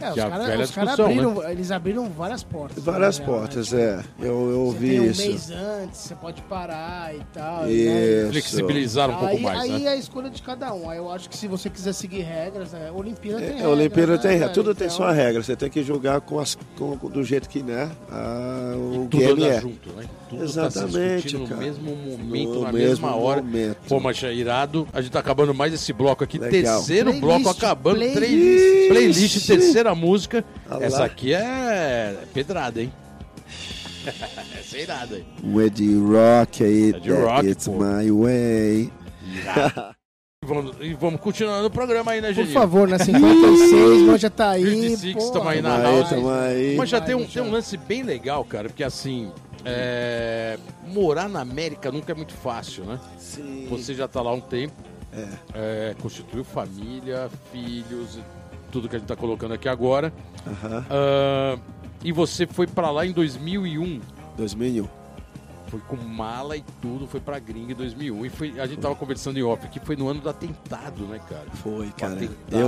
B: É, os
A: Que é a velha
B: caras
A: discussão, né?
B: abriram, eles abriram várias portas.
C: Várias
B: né?
C: portas, é. Eu, eu
B: Você
C: vi
B: tem um
C: isso.
B: mês antes, você pode parar e tal. e
C: Isso.
A: Flexibilizar um pouco
B: aí,
A: mais, né?
B: aí é a escolha de cada um. Aí eu acho que se você quiser seguir regras, né? Olimpíada tem
C: É,
B: regra.
C: a Olimpíada
B: né,
C: tem regra,
B: cara?
C: tudo tem
B: Então,
C: sua regra, você tem que julgar com as, com- do jeito que né, a- o
A: Tudo
C: game
A: anda
C: é.
A: junto, né? Tudo tá se
C: Exatamente,
A: discutindo no
C: cara.
A: mesmo momento,
C: No
A: na
C: mesmo
A: mesma hora.
C: momento.
A: Pô, mas é irado. A gente tá acabando mais esse bloco aqui.
C: Legal.
A: Terceiro
B: Playlist,
A: bloco acabando. Playlist.
B: playlist.
A: playlist, terceira música.
C: Ah lá.
A: Essa aqui é pedrada, hein? Essa é irada, hein?
C: O Eddie Rock aí,
A: Ed Rock,
C: It's
A: pô.
C: My Way.
A: E vamos, e vamos continuando o programa aí, né,
B: Por
A: Geninho?
B: favor, na 56, nós já tá aí.
A: 56,
B: pô,
A: tamo aí na
C: Tamo
A: house.
C: aí, tamo aí.
A: Mas já
B: Vai,
A: tem um,
B: deixa
A: tem um
B: eu-
A: lance bem legal, cara, porque assim, é, morar na América nunca é muito fácil, né?
C: Sim.
A: Você já tá lá há um tempo, é, constituiu família, filhos, e tudo que a gente tá colocando aqui agora.
C: Aham,
A: Ah, e você foi pra lá em 2001,
C: 2001.
A: foi com mala e tudo, foi pra gringa em 2001. E foi, a gente tava conversando em off, que foi no ano do atentado, né, cara?
C: Foi,
A: O
C: cara. Eu,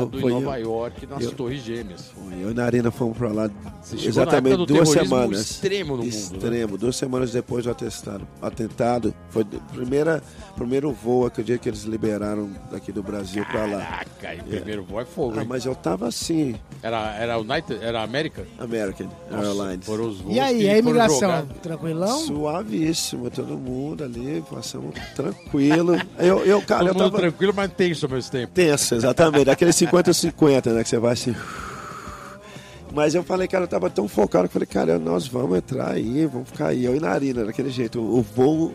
A: atentado em
C: foi,
A: Nova
C: eu,
A: York, nas
C: eu-
A: Torres Gêmeas.
C: foi, eu e na Arena fomos pra lá
A: Você chegou na época
C: exatamente
A: do
C: duas
A: terrorismo
C: semanas.
A: extremo no mundo, né?
C: Extremo. Duas semanas depois do atestado, atentado. Foi o primeira, primeiro voo, acredito que eles liberaram daqui do Brasil pra lá.
A: Caraca, e o primeiro voo é fogo,
C: Ah,
A: hein?
C: mas eu tava assim,
A: Era, era United, era América?
C: American Airlines.
A: Foram os voos
B: E aí,
A: que
B: a
A: foram
B: imigração?
A: jogados.
B: Tranquilão?
C: Suavíssimo, todo mundo ali, passamos tranquilo. Eu, eu cara,
A: Todo
C: eu
A: mundo
C: tava
A: tranquilo, mas tenso ao mesmo tempo.
C: tenso, exatamente. Daquele 50-50, né? Que você vai assim. Mas eu falei, cara, eu tava tão focado que eu falei, cara, nós vamos entrar aí, vamos ficar aí. Eu e Narina, daquele jeito. O, o voo.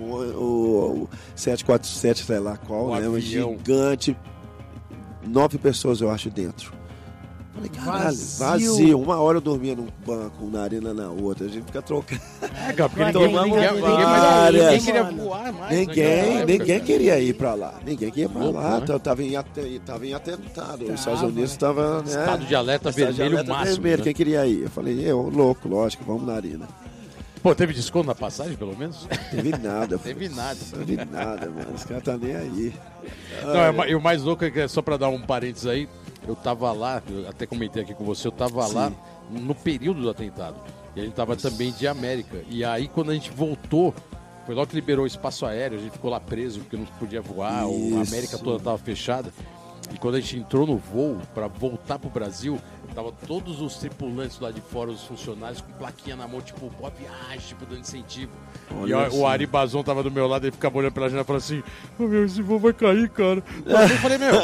C: O, voo- o, o 747, sei lá qual,
A: O
C: né? Um
A: avião.
C: gigante. Nove pessoas, eu acho, dentro. Falei, caralho,
B: Vazio.
C: vazio. Uma hora eu dormia num banco, Narina na outra. A gente fica trocando.
A: É, cara, porque
B: Vai,
A: ninguém,
B: tomamos
A: ninguém, ninguém,
B: né?
A: mais,
C: várias.
A: ninguém queria
B: Mano.
A: voar mais. né, naquela
C: Ninguém,
A: época,
C: ninguém
A: cara.
C: queria ir pra lá. Ninguém queria ir pra
A: Louco,
C: lá. Então,
A: né?
C: Tava, tava, em ate- tava em atentado. Os Estados
B: Tava,
C: Unidos
B: né?
C: tava, né?
A: Estado de alerta
C: estado de
A: vermelho
C: alerta
A: máximo,
C: vermelho.
A: né?
C: Quem queria ir? Eu falei, eu, louco, lógico, vamos na arena.
A: Pô, teve desconto na passagem, pelo menos?
C: Teve nada. eu falei,
A: Teve nada.
C: Teve nada, mano. Os caras tá nem aí.
A: Não, é ma- e o mais louco é que, só pra dar um parênteses aí, eu tava lá, eu até comentei aqui com você, eu tava lá no período do atentado. E a gente tava também de América. E aí, quando a gente voltou, foi logo que liberou o espaço aéreo, a gente ficou lá preso porque não podia voar, ou a
C: Isso.
A: América toda tava fechada. E quando a gente entrou no voo pra voltar pro Brasil, tava todos os tripulantes lá de fora, os funcionários, com plaquinha na mão, tipo, boa viagem, tipo, dando incentivo. e
C: Olha
A: ó, o
C: só.
A: Ari Bazon tava do meu lado, ele ficava olhando pela janela e falava assim, "Ô, meu, esse voo vai cair, cara. Mas eu falei, meu,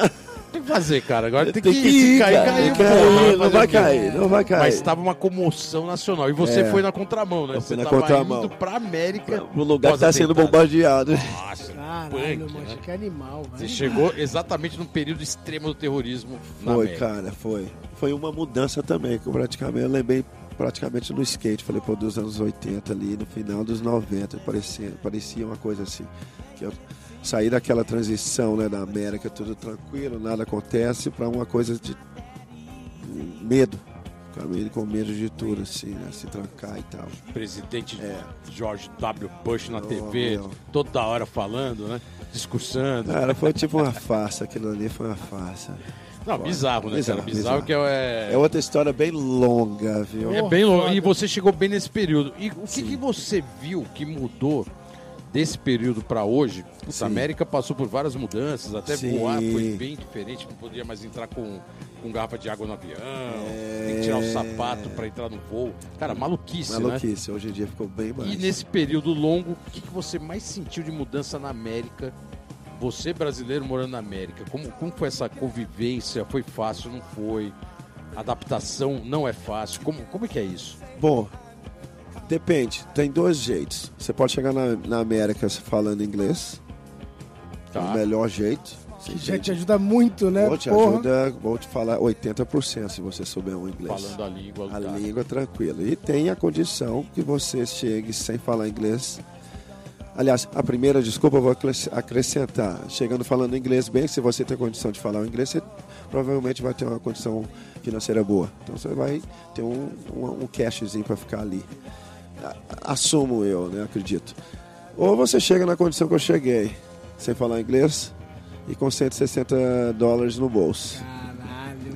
A: tem que fazer, cara. Agora tem, que, ir, se cair,
C: cara,
A: cair,
C: tem É. que
A: pô,
C: cair,
A: fazer
C: Não vai
A: o quê?
C: cair, não vai cair.
A: Mas tá tava uma comoção nacional. E você
C: É.
A: foi na contramão, né?
C: Eu
A: Você
C: fui na
A: tava
C: contramão.
A: indo pra América.
C: O lugar que tá sendo
A: pós-atentado.
C: bombardeado.
A: Nossa,
B: Caralho,
A: punk,
B: mano,
A: né?
B: que animal,
A: Você
B: velho.
A: chegou exatamente no período extremo do terrorismo na
C: Foi,
A: América.
C: cara, foi. Foi uma mudança também, que eu praticamente eu lembrei praticamente no skate, falei, pô, dos anos 80 ali, no final dos 90, parecia, parecia uma coisa assim. Que eu saí daquela transição, né, da América, tudo tranquilo, nada acontece, para uma coisa de medo. Caminho com medo de tudo, assim, né, se trancar e tal.
A: Presidente George W. Bush na TV,
C: É. Oh, meu.
A: toda hora falando, né? Discursando.
C: Cara, foi tipo uma farsa, aquilo ali foi uma farsa.
A: Não, bizarro, né,
C: Bizarro,
A: cara? Bizarro,
C: bizarro.
A: que é...
C: É outra história bem longa, viu?
A: É bem longo. E você chegou bem nesse período. E o que, que você viu que mudou desse período pra hoje? Putz,
C: Sim.
A: A América passou por várias mudanças, até
C: Sim.
A: voar foi bem diferente, não podia mais entrar com, com garrafa de água no avião,
C: É.
A: tem que tirar o sapato pra entrar no voo. Cara, maluquice, né?
C: Maluquice, hoje em dia ficou bem mais.
A: E nesse período longo, o que, que você mais sentiu de mudança na América? Você brasileiro morando na América, como, como foi essa convivência? Foi fácil, não foi? Adaptação não é fácil. Como, como é que é isso?
C: Bom, depende. Tem dois jeitos. Você pode chegar na, na América falando inglês,
A: Tá
C: é o melhor jeito.
B: Tá. Que já te ajuda muito, né?
C: Ou te
B: Porra.
C: ajuda, vou te falar 80% se você souber um inglês.
A: falando a língua.
C: a
A: tá.
C: língua tranquila. E tem a condição que você chegue sem falar inglês. Aliás, a primeira desculpa eu vou acres- acrescentar. Chegando falando inglês bem, se você tem condição de falar o inglês, você provavelmente vai ter uma condição financeira boa. Então você vai ter um, um, um cashzinho para ficar ali. A- Assumo eu, né? Acredito. Ou você chega na condição que eu cheguei, sem falar inglês e com 160 dólares no bolso.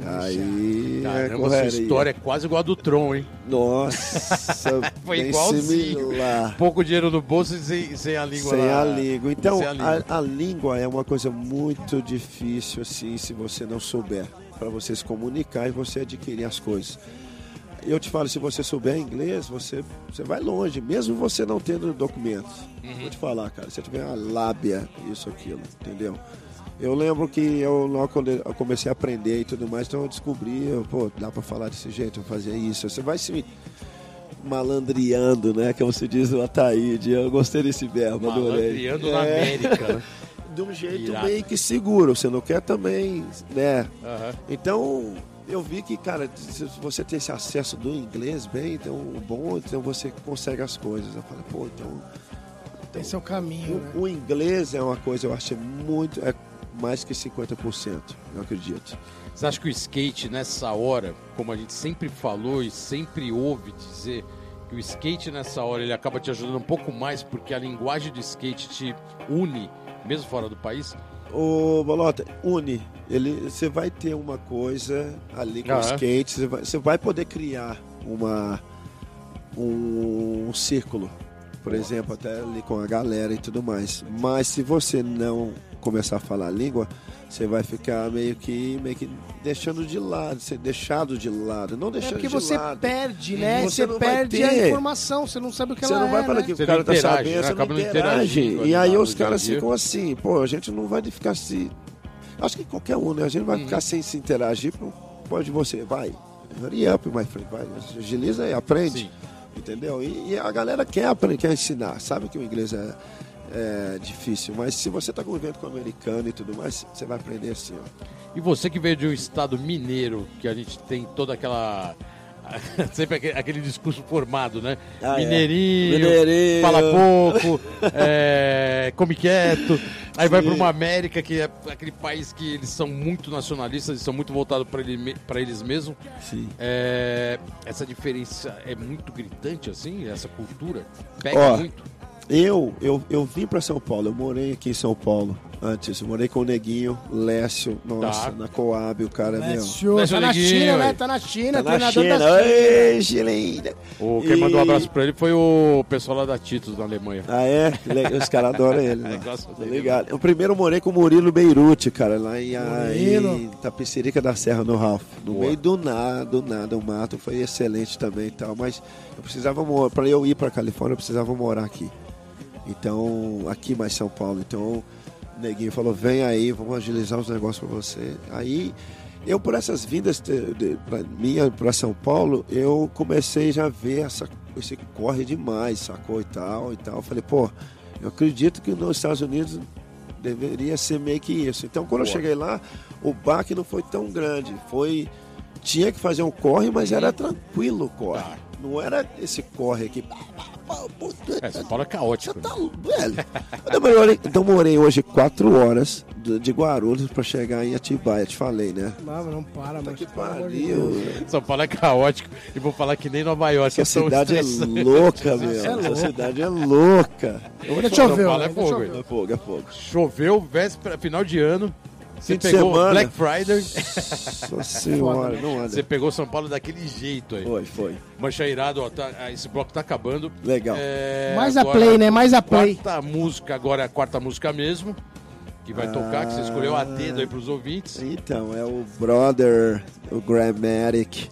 B: Caralho, bicho.
C: Aí é
A: Caramba,
C: correria.
A: essa história é quase igual a do Tron, hein?
C: Nossa,
A: Foi
C: bem
A: igualzinho.
C: similar.
A: Pouco dinheiro no bolso e sem, sem a língua
C: Sem
A: lá.
C: a língua. Então,
A: Sem a língua.
C: a, a língua é uma coisa muito difícil, assim, se você não souber. Para você se comunicar e você adquirir as coisas. Eu te falo, se você souber inglês, você, você vai longe, mesmo você não tendo documentos.
A: Uhum.
C: Vou te falar, cara, você tiver uma lábia, isso, aquilo, entendeu? Eu lembro que eu logo quando eu comecei a aprender e tudo mais, então eu descobri, eu, pô, dá para falar desse jeito, fazer isso. Você vai se malandreando, né? Como se diz o Ataíde. Eu gostei desse verbo, adorei.
A: Malandreando na
C: É,
A: América. né?
C: De um jeito
A: Irado.
C: meio que seguro. Você não quer também, né?
A: Aham.
C: Então, eu vi que, cara, se você tem esse acesso do inglês bem, então bom, então você consegue as coisas. Eu falei, pô, então. então
B: Esse é o caminho, né?
C: o, o inglês é uma coisa, eu acho muito. É mais que 50%, eu acredito.
A: Você acha que o skate nessa hora, como a gente sempre falou e sempre ouve dizer, que o skate nessa hora ele acaba te ajudando um pouco mais porque a linguagem do skate te une, mesmo fora do país?
C: Ô, Bolota, une. Ele, você vai ter uma coisa
B: Ah,
C: ali com o
B: é?
A: Aham.
C: skate, você vai, você vai poder criar uma, um, círculo, por exemplo, até ali com a galera e tudo mais. Mas se você não começar a falar a língua, você vai ficar meio que, meio que deixando de lado, ser deixado de lado. Não
B: É
C: deixando
B: porque
C: de
B: você
C: lado.
B: perde, né?
C: Você
B: Você,
C: não vai
B: perde
C: ter.
B: a informação, você não sabe o que
C: Você
B: ela
C: não vai
B: é,
C: falar
B: né?
C: que o
A: Você
C: cara
A: não
C: tá
A: interage,
C: sabendo,
A: né?
C: você
A: Acaba
C: não
A: não
C: interage.
A: interagindo
C: E
A: ali
C: aí
A: no
C: os
A: dia a
C: caras
A: dia.
C: ficam assim, pô, a gente não vai ficar se. Acho que qualquer um, né? A gente não vai
B: Uhum.
C: ficar sem se interagir. pô, Pode você, vai. Hurry up, my friend, vai. Agiliza aí, aprende.
A: Sim.
C: Entendeu? E, e a galera quer aprender, quer ensinar. Sabe que o inglês é, é difícil, mas se você tá convivendo com o americano e tudo mais, você vai aprender assim, ó.
A: E você que veio de um estado mineiro, que a gente tem toda aquela. Sempre aquele, aquele discurso formado, né?
C: Ah, é.
A: Mineirinho,
C: Mineirinho.
A: fala pouco, é, come quieto. Aí vai para uma América, que é aquele país que eles são muito nacionalistas, eles são muito voltados para ele, pra eles mesmos.
C: Sim.
A: É, essa diferença é muito gritante, assim, essa cultura. Pega
C: Ó,
A: muito.
C: Eu, eu, eu vim para São Paulo, eu morei aqui em São Paulo antes. Eu morei com o Neguinho, Lécio,
A: Tá.
C: nossa, na Coab, o cara meu.
B: Lécio,
A: Lécio
B: tá na
A: Neguinho,
B: China, né?
A: velho.
B: Tá na China,
C: Tá na
B: treinador
C: China,
B: da China.
C: ei, Chile!
A: O, quem
C: E-
A: mandou um abraço para ele foi o pessoal lá da Titus, na Alemanha.
C: Ah, é? Le- Os caras adoram ele,
A: É,
C: né?
A: gosto
C: Tá
A: dele,
C: ligado. Eu primeiro morei com o Murilo Beirute, cara, lá em, ah,
B: Murilo.
C: em Tapicerica da Serra, no Ralph. No
A: Boa.
C: meio do nada, do nada, o mato foi excelente também e tal, mas eu precisava morar, pra eu ir pra Califórnia, eu precisava morar aqui. Então, aqui mais São Paulo. Então, o Neguinho falou, vem aí, vamos agilizar os negócios pra você. Aí, eu por essas vindas de, de, pra, minha pra São Paulo, eu comecei já a ver essa, esse corre demais, sacou e tal e tal. Falei, pô, eu acredito que nos Estados Unidos deveria ser meio que isso. Então, quando eu
A: Boa.
C: cheguei lá, o baque não foi tão grande. Foi... Tinha que fazer um corre, mas era tranquilo o corre.
A: Tá.
C: Não era esse corre aqui.
A: É, São Paulo é caótico.
C: Você tá louco, velho. Eu demorei, demorei hoje quatro horas do- de Guarulhos pra chegar em Atibaia, te falei, né?
B: Não, não para, mas.
C: Que
B: pelo amor de
C: pariu.
B: Deus.
A: né? São Paulo é caótico. E vou falar que nem Nova York.
C: Essa
A: é tão
C: cidade é
A: estressante.
C: louca, meu.
B: é louca.
C: Essa cidade é louca.
B: Ainda
A: São
B: choveu,
A: Paulo é
B: ainda
A: fogo,
B: choveu.
A: hein?
C: É fogo, é fogo.
A: Choveu, véspera, final de ano. Você
C: Fim de
A: pegou
C: semana. É.
A: Black Friday. né?
C: Nossa senhora, não
A: Você
C: olha.
A: pegou São Paulo daquele jeito aí.
C: Foi, foi.
A: Mancha irado, ó, tá- ah, esse bloco tá acabando.
C: Legal.
A: É,
B: Mais a
A: agora,
B: play, né? Mais a play.
A: Quarta música, agora é a quarta música mesmo. Que
C: Ah.
A: vai tocar, que você escolheu a dedo aí pros ouvintes.
C: Então, é o Brother, o Grammatic.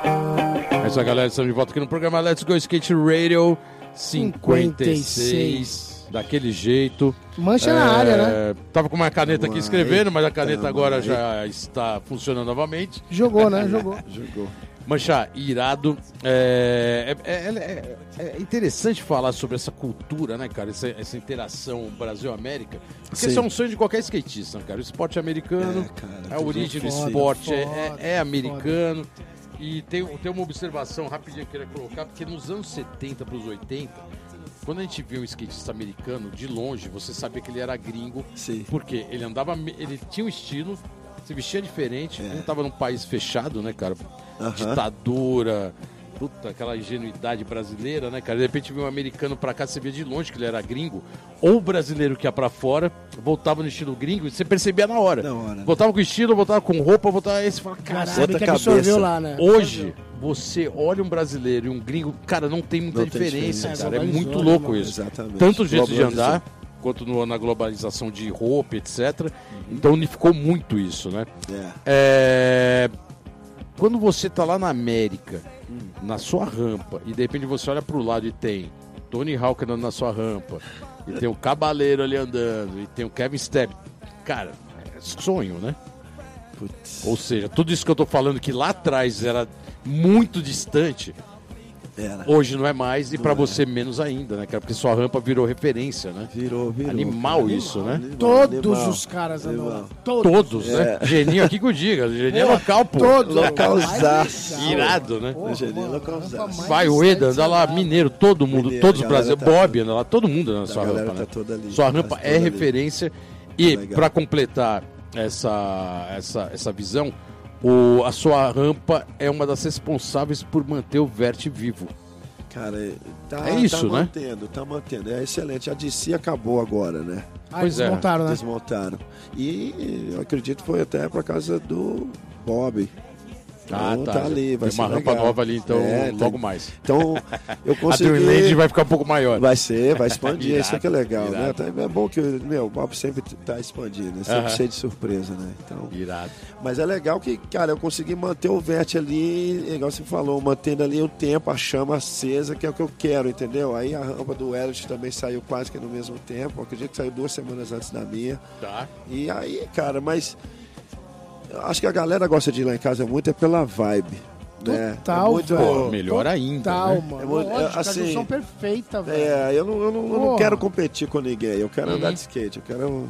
A: É isso aí, galera. Estamos de volta aqui no programa Let's Go Skate Radio 56.
B: 56.
A: Daquele jeito.
B: Mancha na
A: É,
B: área, né?
A: Tava com uma caneta aqui
C: Tamo
A: escrevendo,
C: aí,
A: mas a caneta
C: tamo
A: agora
C: aí.
A: já está funcionando novamente.
B: Jogou, né? Jogou.
C: Jogou.
A: Manchar, irado. É, é- é- é- é interessante falar sobre essa cultura, né, cara? Essa, essa interação Brasil-América. Porque
C: Sim.
A: isso é um sonho de qualquer skatista, né, cara. O esporte americano,
C: É, cara,
A: a
C: tudo
A: origem do
B: foda,
A: esporte é-
B: foda,
A: é, é americano. E tem, tem uma observação rapidinha que eu queria colocar, porque nos anos 70 para os 80, quando a gente via um skatista americano de longe, você sabia que ele era gringo,
C: Sim.
A: porque ele andava, me- ele tinha um estilo, se vestia diferente, não tava num país fechado, né, cara?
C: É. Aham.
A: Ditadura, puta, aquela ingenuidade brasileira, né, cara? De repente viu um americano pra cá, você via de longe que ele era gringo, ou o brasileiro que ia pra fora, voltava no estilo gringo, e você percebia na hora.
C: Na hora, né?
A: Voltava com estilo, voltava com roupa, voltava esse, fala, caralho.
B: Caralho, que
C: cabeça.
B: absorveu lá, né?
A: Hoje, você olha um brasileiro e um gringo, cara, não tem muita
C: Não tem
A: diferença,
C: diferença.
A: cara. É
B: Globalizou,
A: muito
B: né,
A: louco
B: mano?
A: isso.
C: Exatamente.
A: Tanto o jeito de
C: Globalizou.
A: andar, quanto no- na globalização de roupa, etc. Então unificou muito isso, né?
C: É.
A: É, Quando você tá lá na América, na sua rampa, e de repente você olha pro lado e tem Tony Hawk andando na sua rampa, e tem o Cabaleiro ali andando, e tem o Kevin Stepp. Cara, é sonho, né?
C: Putz.
A: Ou seja, tudo isso que eu tô falando que lá atrás era muito distante,
C: Era.
A: hoje não é mais, e pra você menos ainda, né, cara? Porque sua rampa virou referência, né?
C: Virou, virou.
A: Animal isso, né?
C: animal,
B: Todos
C: animal.
B: os caras andam lá.
C: Animal.
B: Todos.
A: Todos, né?
C: é.
A: Geninho aqui que eu diga. Geninho é
B: Porra,
A: local, pô.
B: Todos.
C: Localzaço.
B: Mais legal.
A: Irado, né?
B: Porra,
C: Hoje ele é
B: é mano,
C: localzaço.
B: rampa mais né?
A: Vai, o Eda, anda lá,
B: desagradável.
A: Mineiro, todo mundo,
C: é Mineiro,
A: todos os
C: a galera
A: brasileiros.
C: tá-
A: Bob anda lá, todo mundo anda na sua
C: galera
A: rampa,
C: tá
A: né?
C: toda ali,
A: sua
C: quase
A: rampa é
C: toda ali. Tá
A: referência. E
C: Legal.
A: pra completar essa, essa, essa visão, o, a sua rampa é uma das responsáveis por manter o Vert vivo.
C: Cara, tá,
A: É isso,
C: tá
A: né?
C: mantendo, tá mantendo. É excelente. A DC acabou agora, né?
B: Ah,
A: Pois
B: pois
A: é.
B: desmontaram, né?
C: Desmontaram. E eu acredito que foi até pra casa do Bob.
A: Ah,
C: Então,
A: tá.
C: ali, vai
A: Tem
C: ser
A: uma rampa
C: legal.
A: nova ali, então,
C: É, tá-
A: logo mais.
C: Então, eu consegui...
A: A Dreamland vai ficar um pouco maior.
C: Vai ser, vai expandir,
A: Irado,
C: isso é que é legal, né?
A: irado.
C: Tá- É bom que meu, o Bob sempre tá expandindo, é sempre
A: Aham.
C: cheio de surpresa, né? Então,
A: Irado.
C: mas é legal que, cara, eu consegui manter o Vert ali, igual você falou, mantendo ali o tempo, a chama acesa, que é o que eu quero, entendeu? Aí a rampa do Elliot também saiu quase que no mesmo tempo, eu acredito que saiu duas semanas antes da minha.
A: Tá.
C: E aí, cara, mas eu acho que a galera gosta de ir lá em casa muito é pela vibe, né?
B: Total,
C: é muito,
A: Pô, melhor ainda.
B: Tal,
A: né?
B: mano.
C: É muito- é,
B: Lógico, a
C: assim,
B: junção perfeita, velho.
C: É, eu não, eu não, eu não
B: Porra.
C: quero competir com ninguém, eu quero
A: Uhum.
C: andar de skate, eu quero.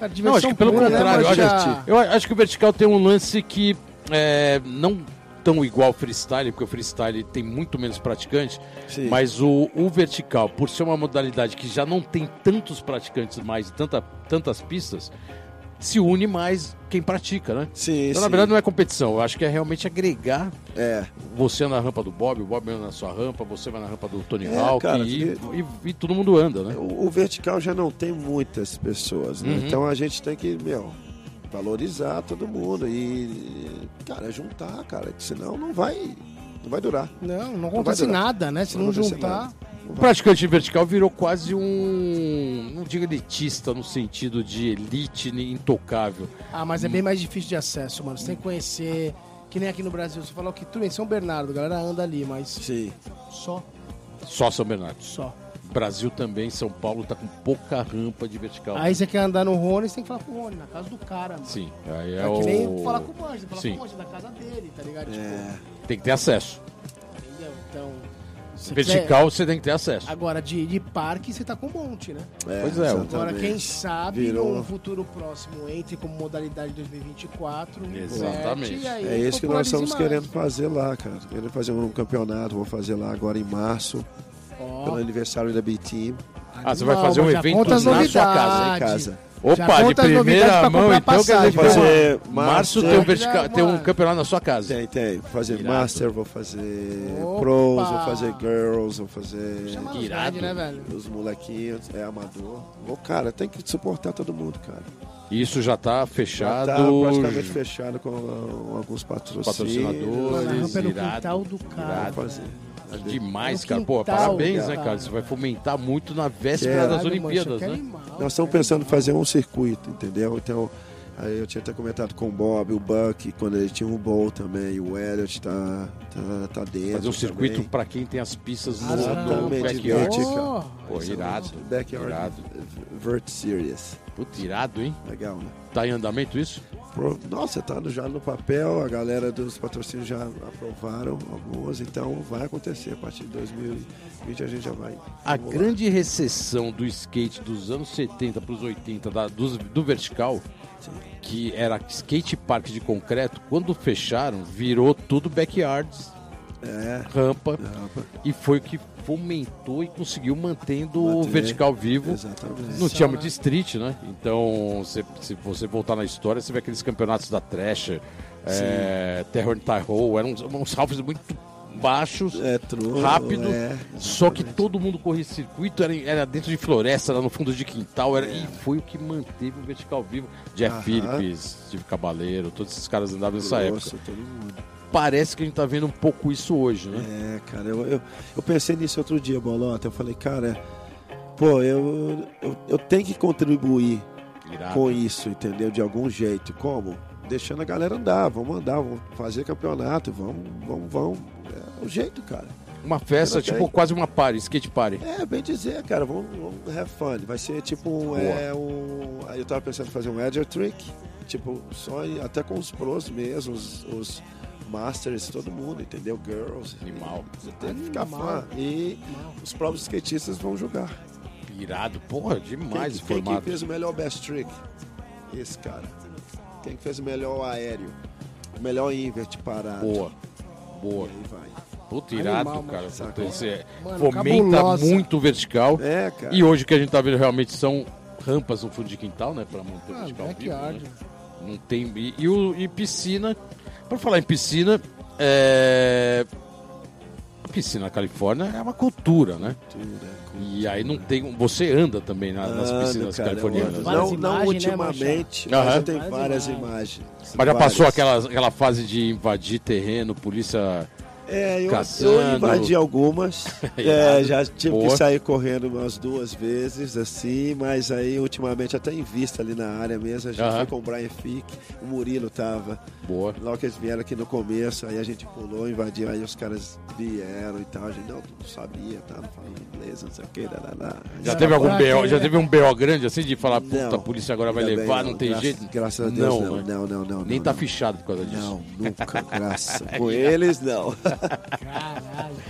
B: Cara,
A: Não, acho que pelo
B: pura, né,
A: contrário,
B: mas
A: olha,
B: já-
A: Ah. eu acho que o vertical tem um lance que é, não tão igual ao freestyle, porque o freestyle tem muito menos praticante,
C: Sim.
A: mas o, o vertical, por ser uma modalidade que já não tem tantos praticantes mais, e tanta, tantas pistas, se une mais quem pratica, né?
C: Sim,
A: Então,
C: sim.
A: na verdade, não é competição, eu acho que é realmente agregar
C: É,
A: você na rampa do Bob, o Bob anda na sua rampa, você vai na rampa do Tony
C: É,
A: Hawk
C: cara,
A: e, e- e todo mundo anda, né?
C: o, o vertical já não tem muitas pessoas, né?
A: Uhum.
C: Então a gente tem que, meu, valorizar todo mundo e, cara, juntar, cara, que senão não vai, não vai durar.
B: Não, não
C: vai
B: acontece
C: durar.
B: nada, né? Se não,
C: acontece
B: juntar.
C: nada.
A: O praticante de vertical virou quase um, não digo elitista no sentido de elite nem intocável.
B: Ah, mas é
C: Hum.
B: bem mais difícil de acesso, mano. Você tem que conhecer. Que nem aqui no Brasil. Você falou que tudo bem, São Bernardo, a galera anda ali, mas
C: Sim.
B: só,
A: Só São Bernardo.
B: só.
A: Brasil também, São Paulo tá com pouca rampa de vertical.
B: Aí você quer andar no Rony, você tem que falar com o Rony, na casa do cara, mano.
A: Sim, aí
B: É,
A: é,
B: que
A: o...
B: nem falar com o Manjo, você fala
A: Sim.
B: com o Manjo, na casa dele, tá ligado?
C: É,
B: Tipo,
A: Tem que ter acesso.
B: entendeu? Então, Se quiser-
A: Vertical você tem que ter acesso.
B: Agora, de, de parque, você tá com um monte, né?
A: Pois é,
B: Agora,
C: exatamente.
B: quem sabe
C: Virou. um-
B: num futuro próximo entre como modalidade 2024.
A: Exatamente.
B: inverte, e um aí
C: É isso que nós estamos
B: popularize
C: querendo fazer lá, cara. Querendo fazer um campeonato, vou fazer lá agora em março,
B: mais.
C: pelo
B: Ó,
C: aniversário da B-Team,
A: Ah, você vai fazer um
B: já
A: evento
B: conta as
A: na sua
B: novidades.
C: em casa.
B: Já
A: Opa, de
B: conta as novidades
A: primeira
B: pra
A: mão,
B: comprar
A: então quer dizer que
B: passagem.
A: tem um-
C: Fazer
A: março
C: março.
A: tem um,
B: Já
A: vertical, tem um
B: mano.
A: campeonato na sua casa.
C: Tem, tem. Vou fazer
A: Irado.
C: Master, vou fazer
B: Opa!
C: Pros, vou fazer Girls, vou fazer
B: Chama
A: Que
B: os
A: irado.
B: grandes, né, velho?
C: os molequinhos, é amador. Ô, cara, tem que suportar todo mundo, cara.
A: Isso já tá
C: Já
A: fechado.
C: tá praticamente fechado com ah, alguns patrocínios.
A: Patrocinadores.
B: Mano, pelo
A: irado,
B: quintal do
C: Vou
B: cara.
C: fazer.
A: Demais,
B: No
A: cara. Pô,
B: quintal,
A: parabéns,
B: cara.
A: né, cara? Isso vai fomentar muito na véspera
C: Caralho,
A: das Olimpíadas, né?
C: Nós estamos pensando em fazer um circuito, entendeu? Então, aí eu tinha até comentado com o Bob, o Buck, quando ele tinha o Bowl também, o Elliot tá, tá, tá dentro.
A: Fazer um circuito
C: também.
A: pra quem tem as pistas
B: Ah,
A: no, no
B: é
C: Exatamente,
A: backyard.
C: divertido.
A: Pô, irado.
C: é Backyard
A: Irado.
C: Vert Series.
A: Puta, irado, hein?
C: Legal, né?
A: Tá em andamento isso?
C: Pro- Nossa, tá no- já no papel, a galera dos patrocínios já aprovaram algumas, então vai acontecer. A partir de 2020 a gente já vai.
A: A
C: vamos lá.
A: grande recessão do skate dos anos 70 para os 80 da- dos- do, vertical, que era skate park de concreto, quando fecharam, virou tudo backyards,
C: É.
A: rampa,
C: Rampa.
A: e foi o que fomentou e conseguiu mantendo o
C: Manter,
A: vertical vivo.
C: Exatamente.
A: Não tinha muito de street, né? Então, se, se você voltar na história, você vê aqueles campeonatos da Thrasher, é, Terror and Tyho, eram uns, uns halves muito baixos
C: É, true,
A: rápido.
C: é,
A: só que todo mundo corria esse circuito, era, em- era dentro de floresta, era no fundo de quintal, era, e foi o que manteve o vertical vivo. Jeff
C: É. Aham.
A: Phillips, Steve Cabaleiro, todos esses caras andavam nessa época.
C: Grosso, todo mundo.
A: Parece que a gente tá vendo um pouco isso hoje, né?
C: É, cara, eu, eu, eu pensei nisso outro dia, Bolota. Eu falei, cara, pô, eu, eu, eu tenho que contribuir
A: Irado.
C: com isso, entendeu? De algum jeito. Como? Deixando a galera andar, vamos andar, vamos fazer campeonato, vamos, vamos, vamos. É o jeito, cara.
A: Uma festa,
C: Era
A: tipo,
C: bem.
A: quase uma party, skate party.
C: É, bem dizer, cara, vamos, vamos have fun. Vai ser tipo um,
A: Boa.
C: é, um. Aí eu tava pensando em fazer um Edger Trick, tipo, só em- até com os pros mesmo, os, os Masters, todo mundo, entendeu? Girls.
A: Animal.
C: Você tem que ficar
B: Animal.
C: fã. E os próprios skatistas vão julgar.
A: Irado, porra,
C: Quem,
A: demais o
C: quem que
A: formato.
C: fez o melhor best trick? Esse cara. Quem que fez o melhor aéreo? O melhor invert parado.
A: Boa. Boa.
C: E aí vai.
A: Puta, irado,
B: Animal,
A: cara.
C: mano.
A: Puta, esse-
B: Mano,
A: fomenta
B: cabulosa.
A: muito o vertical.
C: É, cara.
A: E hoje o que a gente tá vendo realmente são rampas no fundo de quintal, né? Pra manter o
B: Ah,
A: vertical
B: backyard.
A: vivo. né? Não tem. E, e o- e piscina. Pra falar em piscina, é. A piscina na Califórnia é uma cultura, né?
C: Tudo, é, com-
A: E aí não tem. um, Você anda também na- Ah, nas
C: Ando,
A: piscinas
C: cara,
A: californianas.
C: eu-
A: né?
B: Várias
C: Não,
B: imagens,
C: não
B: né,
C: ultimamente,
A: Machado?
C: mas
A: Aham.
C: eu tenho
B: Várias
C: várias imagens.
A: Mas já passou
C: Várias.
A: aquela, aquela fase de invadir terreno, polícia.
C: É, eu,
A: caçando.
C: eu invadi algumas.
A: Irado.
C: É, já tive
A: Boa.
C: que sair correndo umas duas vezes, assim, mas aí ultimamente até em vista ali na área mesmo, a gente
A: Aham.
C: foi com o Brian Fick, o Murilo tava.
A: Boa.
C: Logo que eles vieram aqui no começo, aí a gente pulou, invadiu, aí os caras vieram e tal. A gente não, não sabia, tá? Não falava inglês, não sei o que, lá, lá, lá.
A: Já
B: Já
A: teve algum
B: tá
A: BO,
B: aqui,
A: já
B: né?
A: teve um BO grande assim de falar, puta,
C: Não.
A: a polícia agora vai
C: Ainda
A: levar,
C: bem,
A: não tem
C: graças-
A: jeito?
C: Graças a Deus, não,
A: né?
C: não, não, não.
A: Nem
C: não,
A: tá
C: não.
A: fichado por causa disso.
C: Não, nunca, graças. Com eles, não.
B: Caralho,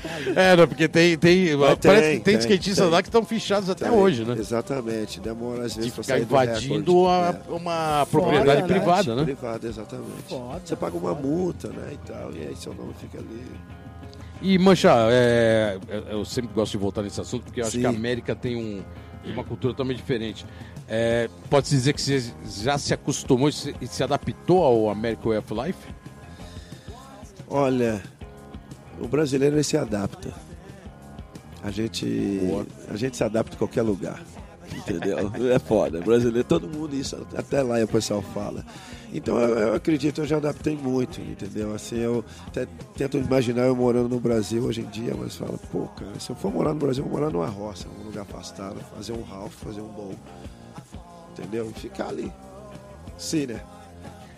B: tá louco.
A: É, não, porque tem, tem,
C: Mas tem,
A: parece que tem,
C: tem,
A: skatistas
C: tem.
A: lá que estão fichados até hoje, né?
C: Exatamente. Demora às
A: De
C: vezes pra
A: ficar
C: sair do
A: invadindo a-
C: recorde.
A: uma propriedade
B: né?
A: privada,
C: É,
A: né?
C: privada, exatamente.
B: Foda,
C: Você paga uma
B: foda.
C: multa, né, e tal, e aí seu nome fica ali.
A: E, Mancha, é, eu- eu sempre gosto de voltar nesse assunto, porque eu acho
C: Sim.
A: que a América tem um- uma cultura também diferente. É, Pode-se dizer que você já se acostumou e se, e se adaptou ao American Way of Life?
C: Olha, o brasileiro ele se adapta. A gente,
A: Boa.
C: a gente se adapta a qualquer lugar. Entendeu? É foda. Brasileiro, todo mundo isso, até lá o pessoal fala. Então eu, eu acredito, eu já adaptei muito, entendeu? Assim, eu até tento imaginar eu morando no Brasil hoje em dia, mas falo, pô, cara, se eu for morar no Brasil, eu vou morar numa roça, num lugar afastado, fazer um half, fazer um bowl. Entendeu? E ficar ali. Sim, né?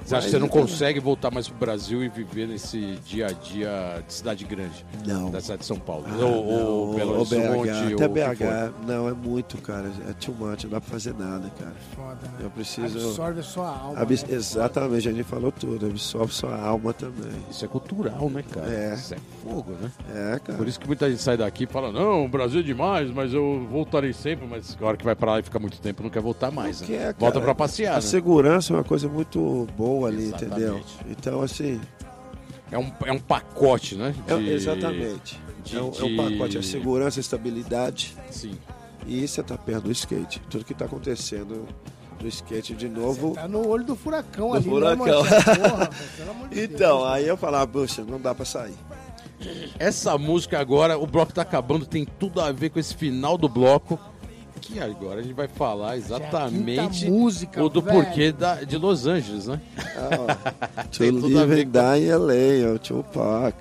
A: Você acha que você não consegue voltar mais pro Brasil e viver nesse dia a dia de cidade grande?
C: Não.
A: Da cidade de São Paulo.
C: Ah,
A: ou, ou
C: não,
A: Belo
C: ou BH,
A: Horizonte. ou
C: até
A: o que for.
C: BH. Não, é muito, cara. É too much, não dá pra fazer nada, cara.
B: Foda, né?
C: Eu preciso.
B: Absorve a sua alma.
C: Abs-
B: né?
C: Exatamente, a gente falou tudo. Absorve sua alma também.
A: Isso é cultural, né, cara?
C: É.
A: Isso é fogo, né?
C: É, cara.
A: Por isso que muita gente sai daqui e fala, não, o Brasil é demais, mas eu voltarei sempre, mas a hora que vai pra lá e fica muito tempo, não quer voltar mais,
C: Não
A: né?
C: quer,
A: Volta
C: é, cara.
A: pra passear,
C: A
A: né?
C: segurança é uma coisa muito boa ali,
A: Exatamente.
C: entendeu? Então, assim,
A: É um, é um pacote, né?
C: é-
A: de-
C: exatamente.
A: de-
C: é, um, é um
A: de-
C: pacote, a segurança, a estabilidade.
A: Sim.
C: E você tá perto do skate. Tudo que tá acontecendo no skate de novo.
B: Tá no olho do furacão
C: Do
B: ali. né,
C: furacão.
B: Moisés? Porra, velho, pelo amor de
C: Então,
B: Deus.
C: aí eu falava, puxa, não dá pra sair.
A: Essa música agora, o bloco tá acabando, tem tudo a ver com esse final do bloco. Que agora a gente vai falar exatamente
B: é música,
A: o do
B: velho.
A: porquê da, de Los Angeles, né?
C: Ah, ó. to
A: Tem tudo a
C: live
A: ver
C: and die in LA, é o Tupac.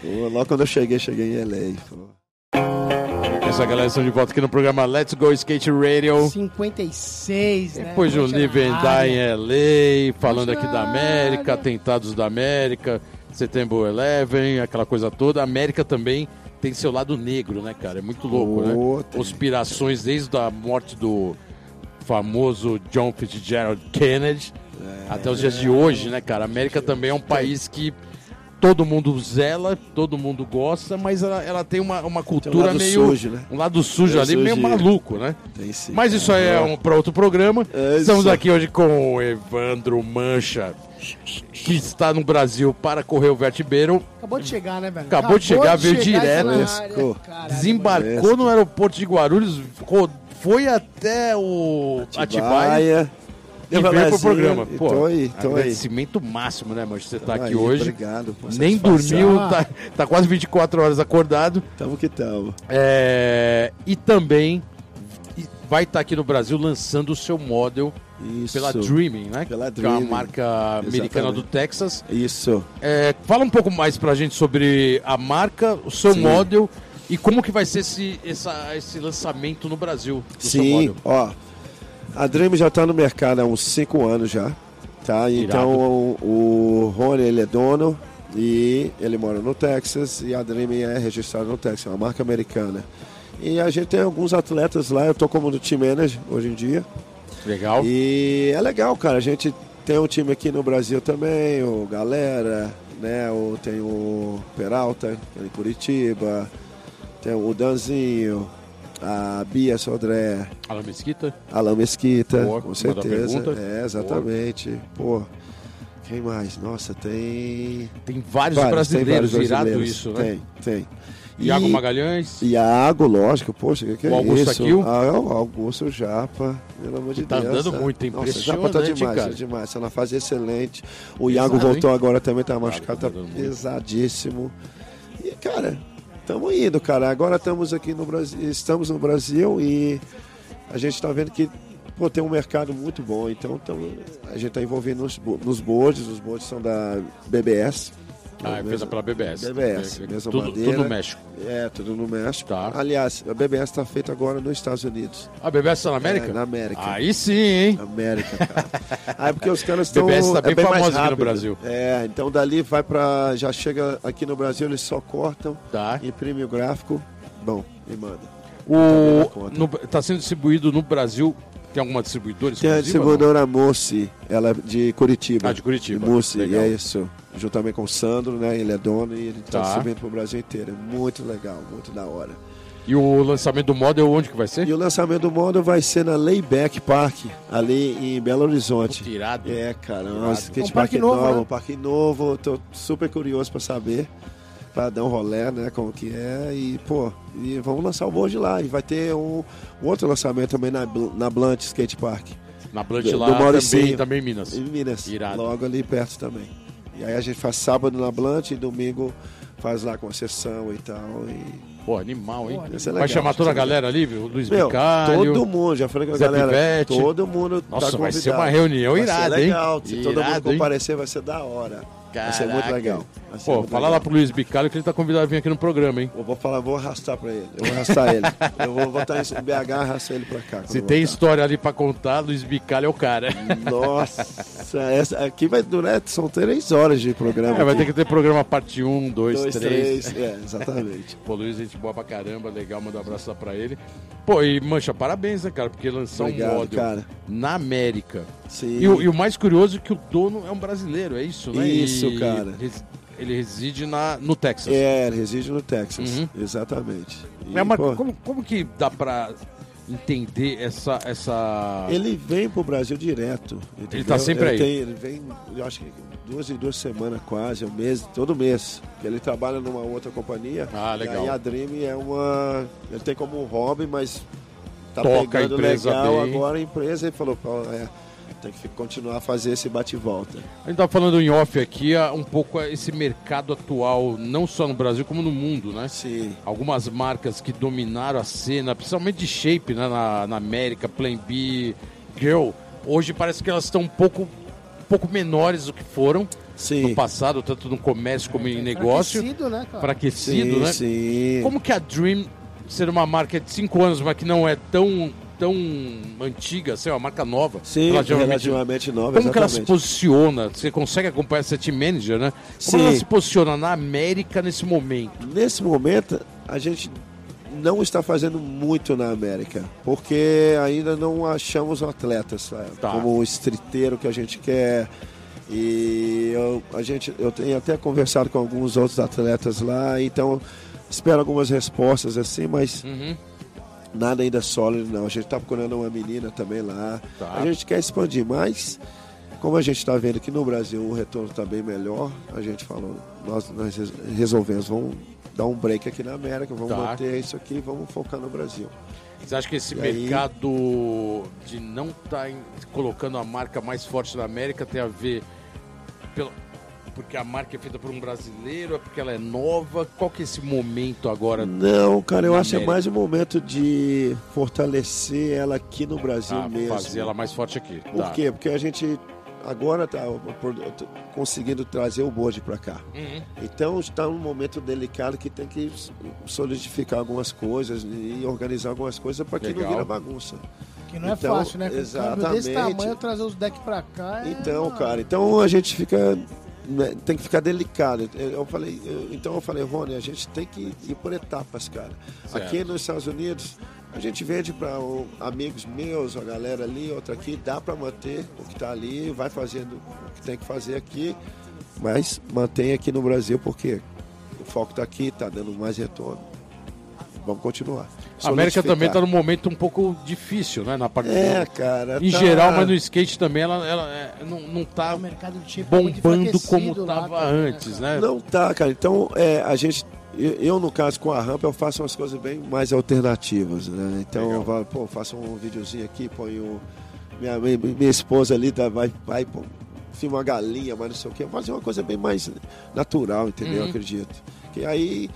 C: Pô, Logo quando eu cheguei, cheguei em LA. pô.
A: Essa galera está de volta aqui no programa Let's Go Skate Radio.
B: 56, né?
A: Depois de um
B: Poxa,
A: Live and Die
B: área.
A: em LA, falando aqui da
B: Poxa,
A: América,
B: área.
A: atentados da América, Setembro 11, aquela coisa toda. A América também tem seu lado negro, né, cara? É muito louco, né?
C: Pô, tem.
A: Conspirações desde a morte do famoso John Fitzgerald Kennedy
C: É.
A: até os dias de hoje, né, cara? A América também é um país que todo mundo zela, todo mundo gosta, mas ela, ela tem uma, uma cultura
C: um lado
A: meio...
C: sujo, né?
A: Um lado sujo
C: Lado
A: ali, meio
C: sujo.
A: maluco, né?
C: Tem sim.
A: Mas isso aí é um, para outro programa.
C: É isso.
A: Estamos aqui hoje com o Evandro Mancha, que está no Brasil para correr o vertibeiro.
B: Acabou de chegar, né, velho?
A: Acabou de chegar, veio direto.
B: essa área,
C: Fresco.
B: caralho,
A: Desembarcou no aeroporto de Guarulhos, ro- foi até o Atibaia.
C: Atibaia. né?
A: E veio pro programa. Pô,
C: Tô aí, tô aí.
A: agradecimento máximo, né, Mancha? Você tá
C: Tô
A: aqui
C: aí,
A: hoje.
C: Obrigado. pô,
A: Nem
C: satisfação.
A: dormiu, tá, tá quase 24 horas acordado.
C: Tamo que tamo.
A: É, e também vai estar aqui no Brasil lançando o seu model
C: Isso.
A: pela Dreaming, né?
C: Pela
A: Que é uma
C: Dreaming.
A: marca americana do
C: Exatamente.
A: Texas.
C: Isso.
A: É, fala um pouco mais pra gente sobre a marca, o seu
C: Sim.
A: model e como que vai ser esse, essa- esse lançamento no Brasil do seu
C: Sim,
A: model.
C: ó. A Dream já tá no mercado há uns 5 anos já, tá? Então o, o Rony, ele é dono e ele mora no Texas e a Dream é registrada no Texas, é uma marca americana. E a gente tem alguns atletas lá, eu tô como do time manager hoje em dia.
A: Legal.
C: E é legal, cara. A gente tem um time aqui no Brasil também, o Galera, né? O, tem o Peralta, que é em Curitiba, tem o Danzinho, a Bia Sodré,
A: Alan Mesquita.
C: Alan Mesquita,
A: Boa,
C: com
A: mandou
C: certeza.
A: pergunta.
C: É, exatamente. Pô, quem mais? Nossa, tem.
A: Tem vários
C: vários, tem
A: brasileiros
C: vários
A: virado
C: brasileiros.
A: isso, né?
C: Tem, tem.
A: Iago
C: E-
A: Magalhães.
C: Iago, lógico, poxa, que, que
A: O
C: é
A: Augusto
C: isso?
A: Aquil?
C: Ah, o Augusto Japa, pelo amor de
A: Tá
C: Deus.
A: andando
C: tá?
A: muito, é
C: Nossa, o Japa tá
A: impressionante,
C: demais,
A: cara.
C: tá demais. Tá na fase excelente. O Iago
A: Pesado,
C: voltou agora também, tá machucado,
A: tá
C: tá
A: andando muito.
C: pesadíssimo. E, cara, estamos indo, cara. Agora estamos aqui no Brasil, estamos no Brasil e a gente tá vendo que pô, tem um mercado muito bom. Então, tamo- a gente tá envolvendo nos, bo- nos boards, os boards são da BBS.
A: Ah,
C: Né?
A: é feita pela BBS.
C: BBS, mesma
A: É, tudo,
C: bandeira.
A: tudo México.
C: É, tudo no México.
A: Tá.
C: Aliás, a BBS está tá feita agora nos Estados Unidos.
A: A BBS tá na América?
C: É, na América. Tá
A: Aí sim, hein?
C: América, cara. ah, é porque os caras estão.
A: BBS tá bem
C: é bem mais
A: famosa aqui no
C: rápido.
A: Brasil.
C: É, então dali vai pra. Já chega aqui no Brasil, eles só cortam,
A: Tá.
C: imprime o gráfico, bom, e manda.
A: O,
C: Tá bem na
A: no- tá sendo distribuído no Brasil. Tem alguma distribuidora
C: Tem
A: exclusiva,
C: a
A: não?
C: distribuidora Moci, ela é de Curitiba.
A: Ah, de Curitiba.
C: Moci,
A: Legal.
C: é isso. Juntamente com o Sandro, né? Ele é dono e ele
A: Tá.
C: tá, distribuindo pro Brasil inteiro. É muito legal, muito da hora.
A: E o lançamento do model onde que vai ser?
C: E o lançamento do modo vai ser na Layback Park, ali em Belo Horizonte.
A: Tirado.
C: É, cara, um
A: Irado.
C: skate
B: Um
C: park
B: parque
C: novo,
B: novo, né?
C: um parque novo, tô super curioso pra saber, pra dar um rolé, né, como que é, e, pô, e vamos lançar o board lá, e vai ter um, um outro lançamento também na, Bl- na Blunt Skate Park,
A: Na Blunt
C: Do-
A: lá
C: do
A: também,
C: Mauricinho.
A: também em Minas.
C: em Minas,
A: Irado.
C: logo ali perto também. E aí a gente faz sábado na Blunt e domingo faz lá com a sessão e tal, e...
A: Pô, animal, hein?
B: Pô,
C: isso é
A: vai
C: legal,
A: chamar toda a
C: isso é legal.
A: galera ali, viu? O Luiz
C: Meu,
A: Bicalho.
C: todo mundo, já falei com a
A: Zé
C: galera,
A: Pivete.
C: todo mundo
A: Nossa,
C: tá
A: vai ser
C: convidado.
A: uma reunião
C: Vai ser
A: irada, hein?
C: legal, se todo
A: Irado,
C: mundo
A: hein?
C: comparecer vai ser da hora. Vai ser muito
A: Caraca.
C: legal. Vai ser
A: Pô,
C: muito
A: fala
C: legal.
A: lá pro Luiz Bicalho que ele tá convidado a vir aqui no programa, hein?
C: Eu vou falar, vou arrastar pra ele. Eu vou arrastar ele. Eu vou botar isso em BH e arrastar ele pra cá. quando
A: Se
C: eu
A: tem
C: voltar.
A: história ali pra contar, Luiz Bicalho é o cara.
C: Nossa, essa aqui vai durar, né, são três horas de programa.
A: É, vai ter
C: aqui.
A: que ter programa parte 1, 2, 3.
C: dois, três. É, exatamente.
A: Pô, Luiz, gente boa pra caramba, legal, manda um abraço lá pra ele. Pô, e Mancha, parabéns, né, cara? Porque lançou um
C: Obrigado,
A: módulo
C: cara.
A: na América.
C: Sim.
A: E, o, e o mais curioso é que o dono é um brasileiro, é isso, né?
C: Isso,
A: E
C: cara.
A: res- Ele reside na, no Texas.
C: É, ele reside no Texas.
A: Uhum.
C: Exatamente. E,
A: É uma-
C: pô,
A: como, como que dá pra entender essa. essa...
C: Ele vem pro Brasil direto. entendeu?
A: tá sempre aí.
C: tem- ele vem, eu acho que duas em duas semanas quase, um mês, todo mês. Porque ele trabalha numa outra companhia.
A: Ah, legal.
C: E aí a Dream é uma. Ele tem como um hobby, mas tá
A: Toca a
C: pegando
A: empresa
C: legal
A: bem.
C: agora a empresa e falou, pô, é, tem que continuar a fazer esse bate-volta.
A: A gente tava falando em off aqui, ah, um pouco ah, esse mercado atual, não só no Brasil, como no mundo, né?
C: Sim.
A: algumas marcas que dominaram a cena, principalmente de shape, né? Na, na América, Plan B, Girl. Hoje parece que elas estão um pouco, um pouco menores do que foram
C: Sim.
A: no passado, tanto no comércio como em negócio.
B: Enfraquecido, né, cara?
A: Enfraquecido,
C: Sim,
A: né?
C: sim.
A: Como que a Dream, ser uma marca de 5 anos, mas que não é tão, tão antiga, assim, é uma marca nova,
C: Sim,
A: relativamente
C: relativamente nova,
A: como que ela se
C: exatamente.
A: posiciona? Você consegue acompanhar essa team manager, né? Como
C: Sim.
A: ela se posiciona na América nesse momento?
C: Nesse momento, a gente não está fazendo muito na América, porque ainda não achamos atletas, sabe?
A: Tá.
C: como o estriteiro que a gente quer. E eu, a gente, eu tenho até conversado com alguns outros atletas lá, então espero algumas respostas assim, mas
A: Uhum.
C: nada ainda sólido não. A gente está procurando uma menina também lá.
A: Tá.
C: A gente quer expandir, mas como a gente está vendo que no Brasil o retorno está bem melhor, a gente falou, nós, nós res- resolvemos, vamos dar um break aqui na América, vamos
A: Tá.
C: manter isso aqui e vamos focar no Brasil.
A: Você acha que esse
C: E aí-
A: mercado de não estar colocando a marca mais forte na América tem a ver pelo- porque a marca é feita por um brasileiro, é porque ela é nova? Qual que é esse momento agora?
C: Não, cara, eu
A: Na
C: acho que é
A: América.
C: mais um momento de fortalecer ela aqui no Brasil
A: Ah,
C: mesmo.
A: fazer ela mais forte aqui.
C: Por
A: Tá.
C: quê? Porque a gente agora está conseguindo trazer o board para cá.
A: Uhum.
C: Então está um momento delicado que tem que solidificar algumas coisas e organizar algumas coisas para que não
A: Legal.
C: vira bagunça.
B: Que não é
C: Então,
B: fácil, né? Com um câmbio desse
C: exatamente.
B: tamanho, trazer os decks pra cá. é-
C: Então, cara, então a gente fica né, tem que ficar delicado. Eu eu falei, eu- então eu falei, Rony, a gente tem que ir por etapas, cara.
A: Certo.
C: Aqui nos Estados Unidos a gente vende para amigos meus, a galera ali, outra aqui, dá para manter o que tá ali, vai fazendo o que tem que fazer aqui, mas mantém aqui no Brasil porque o foco tá aqui, tá dando mais retorno. Vamos continuar.
A: A América também
C: Solidificar.
A: está num momento um pouco difícil, né? Na parte
C: É, cara.
A: em
C: tá-
A: geral, mas no skate também ela, ela é, não, não tá
B: O mercado de chip é muito
A: bombando como
B: enfraquecido lá
A: tava
B: também, né,
A: antes,
B: cara?
A: né?
C: Não tá, cara. Então, é, a gente. Eu, eu, no caso, com a rampa, eu faço umas coisas bem mais alternativas, né? Então,
A: Legal.
C: eu falo, pô, faço um videozinho aqui, ponho. Minha, minha, minha esposa ali tá, vai, vai pô, filma uma galinha, mas não sei o quê. Fazer uma coisa bem mais natural, entendeu?
A: Uhum.
C: Eu acredito. Que aí.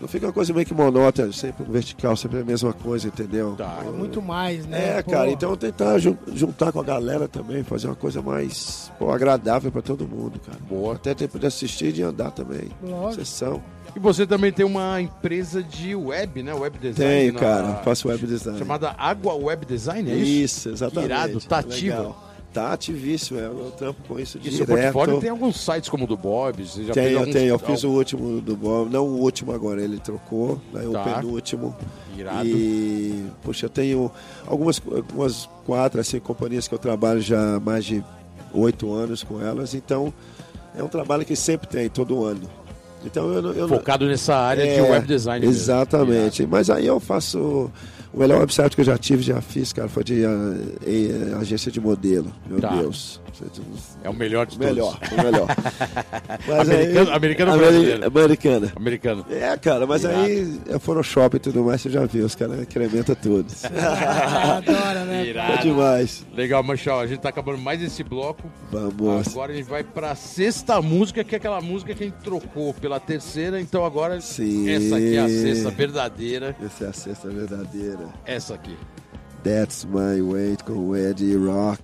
C: Não fica uma coisa meio que monótona, sempre vertical, sempre a mesma coisa, entendeu?
A: Tá.
B: É muito mais, né?
C: É,
B: Pô,
C: cara, então tentar jun- juntar com a galera também, fazer uma coisa mais pô, agradável pra todo mundo, cara.
A: Boa.
C: Até tempo de assistir e de andar também.
B: Lógico.
C: Sessão.
A: E você também tem uma empresa de web, né? Web design.
C: Tenho,
A: na-
C: cara. Faço web design.
A: Chamada Água Web Design, é isso?
C: Isso, exatamente.
A: Irado, tá ativa.
C: Legal. Tá ativíssimo, é. Eu trampo com isso
A: E seu
C: direto.
A: portfólio tem alguns sites como o do Bob, você já
C: Tem,
A: fez
C: eu
A: alguns-
C: tenho. Eu fiz o último do Bob. Não o último agora, ele trocou. Aí
A: Tá.
C: o penúltimo.
A: Irado.
C: E, poxa, eu tenho algumas, algumas quatro, assim, companhias que eu trabalho já há mais de oito anos com elas. Então, é um trabalho que sempre tem, todo ano. Então, eu, não- eu não-
A: focado nessa área
C: É,
A: de web design. mesmo.
C: Exatamente. Mas aí eu faço. O melhor website que eu já tive, já fiz, cara, foi de ah, eh, agência de modelo. Meu
A: Tá.
C: Deus.
A: Irado. É o melhor de
C: O
A: todos.
C: melhor, o melhor. Mas
A: Americano- americano ou
C: Ameri-
A: brasileiro?
C: Americana.
A: Americano.
C: É, cara, mas aí é Photoshop e tudo mais, você já viu, os caras incrementam tudo.
B: Adora, né?
C: É demais.
A: Legal, Manchal. A gente tá acabando mais esse bloco.
C: Vamos.
A: Agora a gente vai pra sexta música, que é aquela música que a gente trocou pela terceira. Então agora
C: Sim.
A: essa aqui é a sexta verdadeira.
C: Essa é a sexta verdadeira.
A: Essa aqui.
C: That's my weight com o Eddie Rock.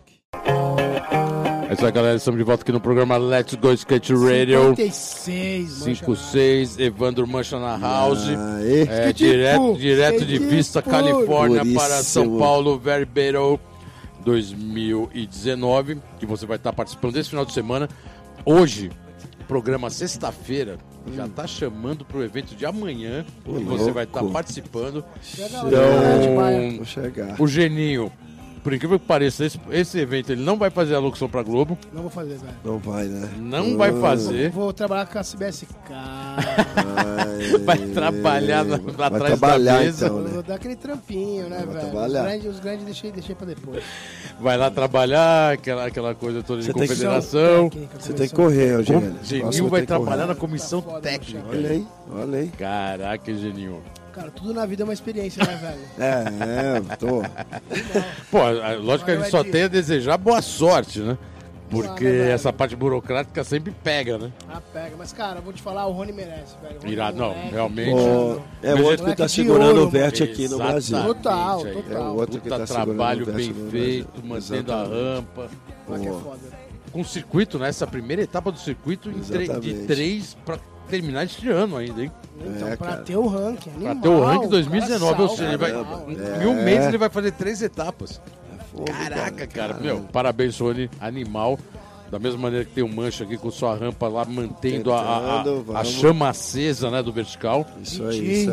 A: É isso aí, galera. Estamos de volta aqui no programa Let's Go Skate Radio.
B: 56, mancha. né?
A: 56, Evandro Mancha na House.
C: Aê.
A: É,
B: Que
A: direto,
B: tipo?
A: direto
B: Que
A: de
B: tipo?
A: Vista, Califórnia,
C: Puríssimo.
A: para São Paulo, Very Battle 2019, que você vai estar participando desse final de semana. Hoje, programa sexta-feira, já está chamando para o evento de amanhã,
C: Pô,
A: que você vai estar
C: louco.
A: participando.
B: Chega lá, Verdade, vai.
A: Então,
C: Vou chegar.
A: o Geninho, por incrível que pareça, esse, esse evento ele não vai fazer a locução para Globo,
B: Não vou fazer, velho.
C: Não vai, né?
A: não vai fazer.
B: Vou trabalhar com a CBSK.
C: Ai,
A: Vai trabalhar na-
C: vai
A: atrás da
C: trabalhar,
A: mesa.
C: Então,
B: Eu
C: né?
B: Vou dar aquele trampinho, né,
C: Vai
B: velho?
C: trabalhar.
B: Os grandes, os grandes deixei, deixei pra depois.
A: Vai lá trabalhar, aquela, aquela coisa toda de
C: Você tem que-
A: confederação.
B: Então, Técnica,
C: Você tem que
B: comissão.
C: correr, ô, Geninho. Próximo
A: Geninho
C: tem
A: vai
C: que
A: trabalhar
C: correr.
A: na comissão
B: Tá foda,
A: técnica.
C: Olha aí, olha aí.
A: Caraca, Geninho.
B: Cara, tudo na vida é uma experiência, né, velho?
C: É, é, tô.
A: Pô, a- lógico que a
C: é
A: gente só tem a desejar boa sorte, né? Porque
B: Ah, né,
A: essa parte burocrática sempre pega, né?
B: Ah, pega. Mas, cara, eu vou te falar, o Rony merece, velho. O Rony
A: Irado,
B: é um
A: não,
B: moleque.
A: realmente.
C: Ô, é o outro que tá
B: Moleque de
C: segurando
B: ouro,
C: o verte aqui no
A: Exatamente,
C: Brasil.
A: aí.
B: Total, total.
C: É o outro que
A: Puta
C: tá segurando
A: trabalho
C: o verso
A: bem
C: no Brasil.
A: feito, mantendo a
C: Exatamente.
A: rampa.
B: Moleque é
C: Boa.
B: foda.
A: Com circuito, né? Essa primeira etapa do circuito em tre- de
C: Exatamente.
A: três pra terminar este ano ainda, hein?
B: Então,
C: É,
B: pra
C: cara.
B: ter o ranking. Animal,
A: Pra ter o ranking
B: cara
A: 2019, ou
B: salva,
A: seja, ele vai,
B: animal.
A: em um
C: É.
A: mês ele vai fazer três etapas.
C: Fogo,
A: Caraca, cara, meu, parabéns, Sony, animal. Da mesma maneira que tem o Mancha aqui com sua rampa lá, mantendo a- a, a-
C: Tentando,
A: a
C: vamos.
A: chama acesa, né, do vertical.
C: Isso aí, isso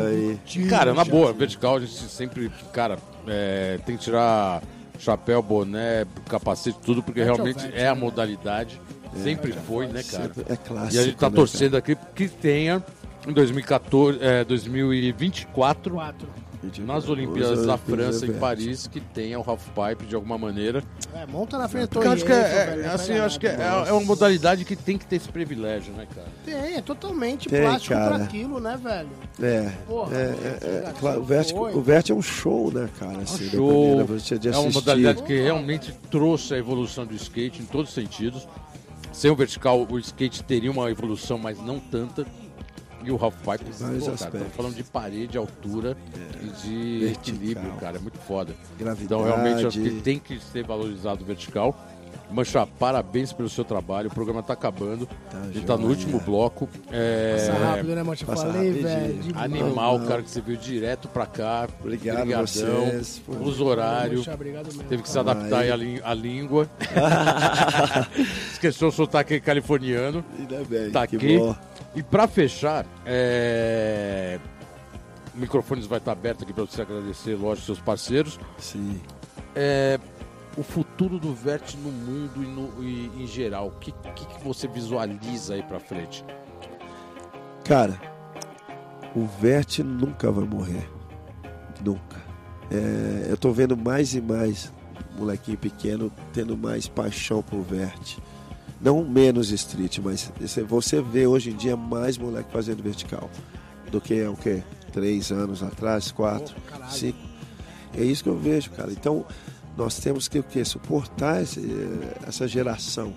C: aí.
A: Cara, na boa, vertical a gente sempre, cara, é, tem que tirar chapéu, boné, capacete, tudo, porque realmente
B: Vete,
A: é a
B: né?
A: modalidade. Sempre foi, né, cara?
C: É. Sempre é clássico.
A: E a gente tá
C: né,
A: torcendo aqui que tenha em 2014, é, 2024
B: Quatro.
C: cara?
A: nas
C: Os
A: Olimpíadas da
C: Olimpíadas
A: França, em
C: Verte.
A: Paris, que tenha o half pipe de alguma maneira.
B: É, monta na frente da
A: Porque
B: torre.
A: eu acho que é,
B: Eiffel,
A: é-
B: velho, não
A: assim,
B: pega
A: eu acho que é,
B: nada.
A: é uma modalidade que tem que ter esse privilégio, né, cara?
B: Tem, é totalmente
C: Tem,
B: plástico pra
C: cara.
B: aquilo, né, velho?
C: É.
B: Porra,
C: é, é, é, claro, o, verte, o verte é um show, né, cara? Assim, da
A: Show.
C: maneira, você de
A: É uma
C: assistir.
A: modalidade que realmente trouxe a evolução do skate em todos os sentidos. Sem o vertical, o skate teria uma evolução, mas não tanta. E o half pipe,
C: vários
A: pô, cara, estamos
C: aspectos.
A: falando de parede, altura e de
C: Vertical.
A: equilíbrio, cara, é muito foda.
C: Gravidade.
A: Então realmente acho que tem que ser valorizado o vertical. Mancha, parabéns pelo seu trabalho. O programa está acabando.
C: Tá,
A: a gente tá no
C: joia.
A: último bloco. É,
B: Passa rápido, né, Monte? Eu
C: Passa
B: falei,
C: rapidinho.
B: velho. de-
A: Animal,
C: Não, não.
A: cara, que você veio direto pra cá.
C: Obrigado
A: Obrigadão.
C: vocês, pô.
A: Os horários.
B: Poxa, obrigado mesmo.
A: Teve que se adaptar
C: Ah,
A: aí
C: aí.
A: à, lí- à língua. Esqueceu o sotaque californiano.
C: Ainda bem,
A: Tá
C: né, que
A: aqui.
C: bom.
A: E pra fechar, é... o microfone vai estar aberto aqui pra você agradecer, lógico, seus parceiros.
C: Sim.
A: É... O futuro do Vert no mundo e, no- e em geral, o que, que, que você visualiza aí pra frente?
C: Cara, o Verte nunca vai morrer. Nunca. É, eu tô vendo mais e mais molequinho pequeno tendo mais paixão pro Verte. Não menos street, mas esse- você vê hoje em dia mais moleque fazendo vertical do que é o quê? Três anos atrás, quatro,
B: Pô, caralho.
C: cinco. É isso que eu vejo, cara. Então, nós temos que o quê? Suportar esse- essa geração.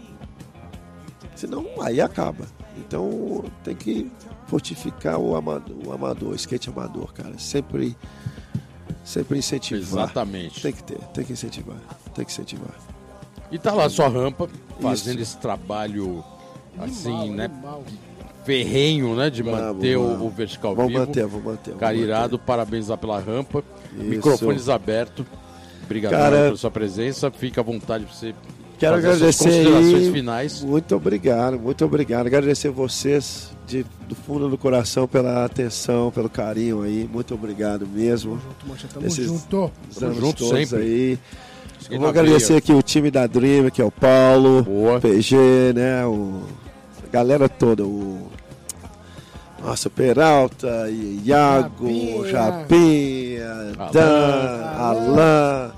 C: Senão aí acaba. Então tem que fortificar o amador, o amador, o skate amador, cara. Sempre, sempre incentivar.
A: Exatamente.
C: Tem que ter, tem que incentivar. Tem que incentivar.
A: E tá lá a sua rampa, fazendo esse trabalho assim,
B: Animal,
A: né?
B: animal.
A: Ferrenho, né? De
C: Bravo,
A: manter o-
C: bravo.
A: o vertical
C: Vamos
A: vivo.
C: manter, vamos manter. vamos
A: Cara,
C: manter.
A: irado, parabéns lá pela rampa.
C: Isso.
A: Microfones abertos. Obrigado
C: Cara,
A: pela sua presença. Fica à vontade pra você
C: Quero
A: fazer suas
C: agradecer
A: considerações
C: aí.
A: finais.
C: Muito obrigado, muito obrigado. Agradecer vocês de- do fundo do coração pela atenção, pelo carinho aí. Muito obrigado mesmo.
B: Junto, Monte, tamo
C: Esses-
B: junto.
C: Os
A: Tamo
C: anos
A: junto
C: todos
A: sempre.
C: aí.
A: Fiquei
C: Eu vou
A: na
C: agradecer
A: veia.
C: aqui o time da Dream, que é o Paulo,
A: tá Boa.
C: PG, né? O... A galera toda, o. Nossa, o Peralta, e Iago,
B: Japinha.
C: Japinha,
A: Alan.
C: Dan, Alain.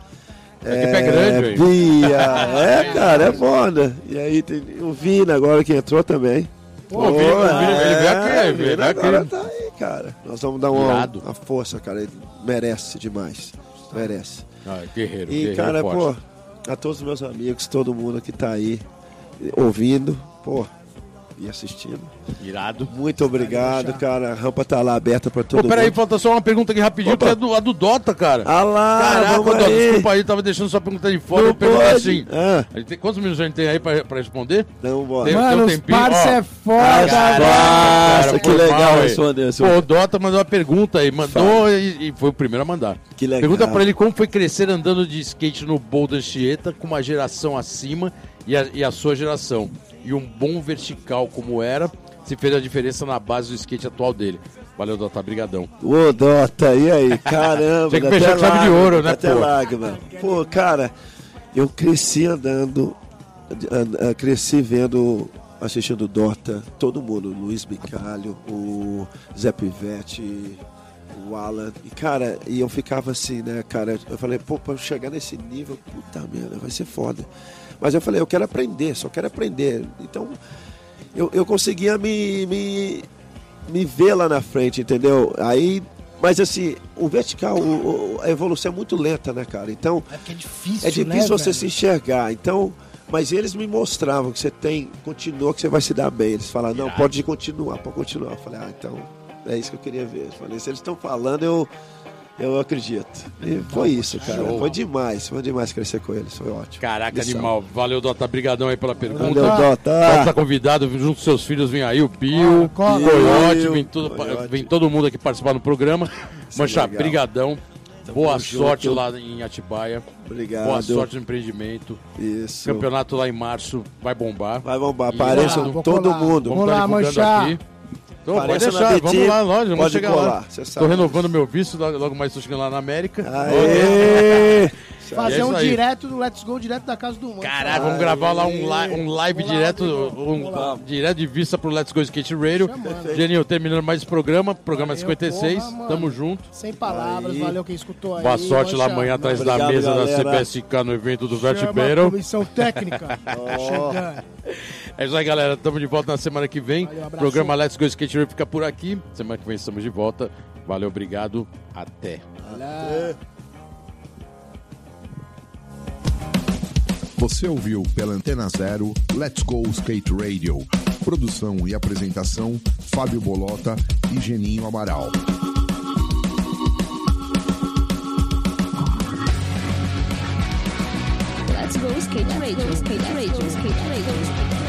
A: É que pé grande, hein?
C: Bia, é, cara, é foda. E aí tem o Vini agora que entrou também.
A: Pô, o Vini- o Vini- ele veio aqui,
C: é,
A: ele veio
C: o Vini agora
A: aqui.
C: tá aí, cara. Nós vamos dar uma,
A: Irado.
C: uma força, cara. Ele merece demais. Merece.
A: Ah, guerreiro,
C: E,
A: guerreiro
C: cara,
A: forte.
C: pô, a todos os meus amigos, todo mundo que tá aí eh, ouvindo, pô, e assistindo.
A: Irado.
C: Muito obrigado, cara. A rampa tá lá aberta pra todo
A: Pô, peraí,
C: mundo.
A: falta só uma pergunta aqui rapidinho,
C: Opa.
A: que é do, a do Dota, cara.
C: Ah lá,
A: Caraca,
C: vamos
A: Dota,
C: aí.
A: desculpa aí, eu tava deixando sua pergunta de fora.
C: Não
A: eu perguntei
C: pode.
A: assim.
C: Ah.
A: a gente tem- quantos minutos a gente tem aí pra, pra responder?
C: Não, bora.
A: Tem-
B: Mano,
A: tem
B: os
A: um tempinho,
B: parça
A: ó.
B: é foda,
C: Caraca.
B: velho.
C: Nossa, que
A: foi
C: legal
A: mal,
C: isso,
A: hein?
C: Anderson.
A: Pô, o Dota mandou uma pergunta aí, mandou e, e foi o primeiro a mandar.
C: Que legal.
A: Pergunta pra ele como foi crescer andando de skate no Boulder Chieta com uma geração acima e a, e a sua geração. E um bom vertical como era, se fez a diferença na base do skate atual dele. Valeu, Dota, brigadão.
C: Ô, Dota, e aí? Caramba,
A: Tem que
C: dá
A: fechar
C: até
A: com chave de
C: lágrima,
A: ouro,
C: dá
A: né,
C: até
A: pô?
C: lágrima. Pô, cara, eu cresci andando, an- an- cresci vendo, assistindo Dota, todo mundo, Luiz Bicalho, o Zé Pivete, o Alan. E, cara, e eu ficava assim, né, cara? Eu falei, pô, pra eu chegar nesse nível, puta merda, vai ser foda. Mas eu falei, eu quero aprender, só quero aprender. Então, eu, eu conseguia me, me, me ver lá na frente, entendeu? Aí, mas assim, o vertical, o- o- a evolução é muito lenta, né, cara? Então,
B: É que é difícil,
C: é difícil
B: né,
C: você
B: velho?
C: se enxergar. Então, mas eles me mostravam que você tem, continua, que você vai se dar bem. Eles falaram, não, pode continuar, pode continuar. Eu falei, ah, então, é isso que eu queria ver. Eu falei, se eles estão falando, eu, eu acredito. E foi isso, cara.
A: Show.
C: Foi demais, foi demais crescer com eles, foi ótimo.
A: Caraca,
C: Lição.
A: animal. Valeu, Dota. Brigadão aí pela pergunta.
C: Valeu, Dota.
A: Dota tá convidado, junto com seus filhos, vem aí o
C: Ah,
A: Bill,
B: Cola, cola.
A: foi
C: Bill,
A: ótimo, vem, tudo-
C: foi
A: pa-
C: ótimo.
A: vem todo mundo aqui participar do programa.
C: Isso é
A: Mancha,
C: legal.
A: brigadão. Boa
C: junto.
A: sorte lá em Atibaia.
C: Obrigado.
A: Boa sorte no empreendimento.
C: Isso.
A: Campeonato lá em março vai bombar.
C: Vai bombar,
A: E-
C: apareçam
A: Ah,
B: vou
C: todo
B: colar.
C: mundo.
B: Vamos
A: tá
B: lá,
A: divulgando
B: Manchá.
A: Então, pode
C: Apareça
A: deixar,
C: na
A: vamos
C: BT,
A: lá, loja, vamos
C: pode
A: chegar
C: colar,
A: lá.
C: você
A: Estou
C: sabe.
A: renovando meu visto, lo- logo mais estou chegando lá na América.
C: Aê!
A: E é
B: Fazer um
A: isso aí.
B: direto do Let's Go, direto da casa do mano.
A: Caraca, vamos gravar lá um, li- um live
B: Vamos lá,
A: direto,
B: Rodrigo,
A: um-
B: vamos lá.
A: direto de vista pro Let's Go Skate Radio.
B: Chamando.
A: Geninho, terminando mais esse programa, programa
B: Valeu,
A: 56,
B: porra, mano.
A: tamo junto.
B: Sem palavras,
C: Aí.
B: valeu quem escutou aí.
A: Boa sorte lá
B: Mancha.
A: amanhã atrás da
C: Obrigado,
A: mesa da
C: galera.
A: CBSK no evento do
B: Chama
A: Vert
B: a
A: Battle.
B: Comissão técnica. Chegando.
A: É isso aí, galera. Tamo de volta na semana que vem.
B: Valeu, abraço.
A: programa Let's Go Skate Radio fica por aqui. Semana que vem estamos de volta. Valeu, obrigado. Até.
D: Você ouviu pela Antena Zero Let's Go Skate Radio. Produção e apresentação: Fábio Bolota e Geninho Amaral.
E: Let's go skate radio, skate radio, skate radio, skate radio.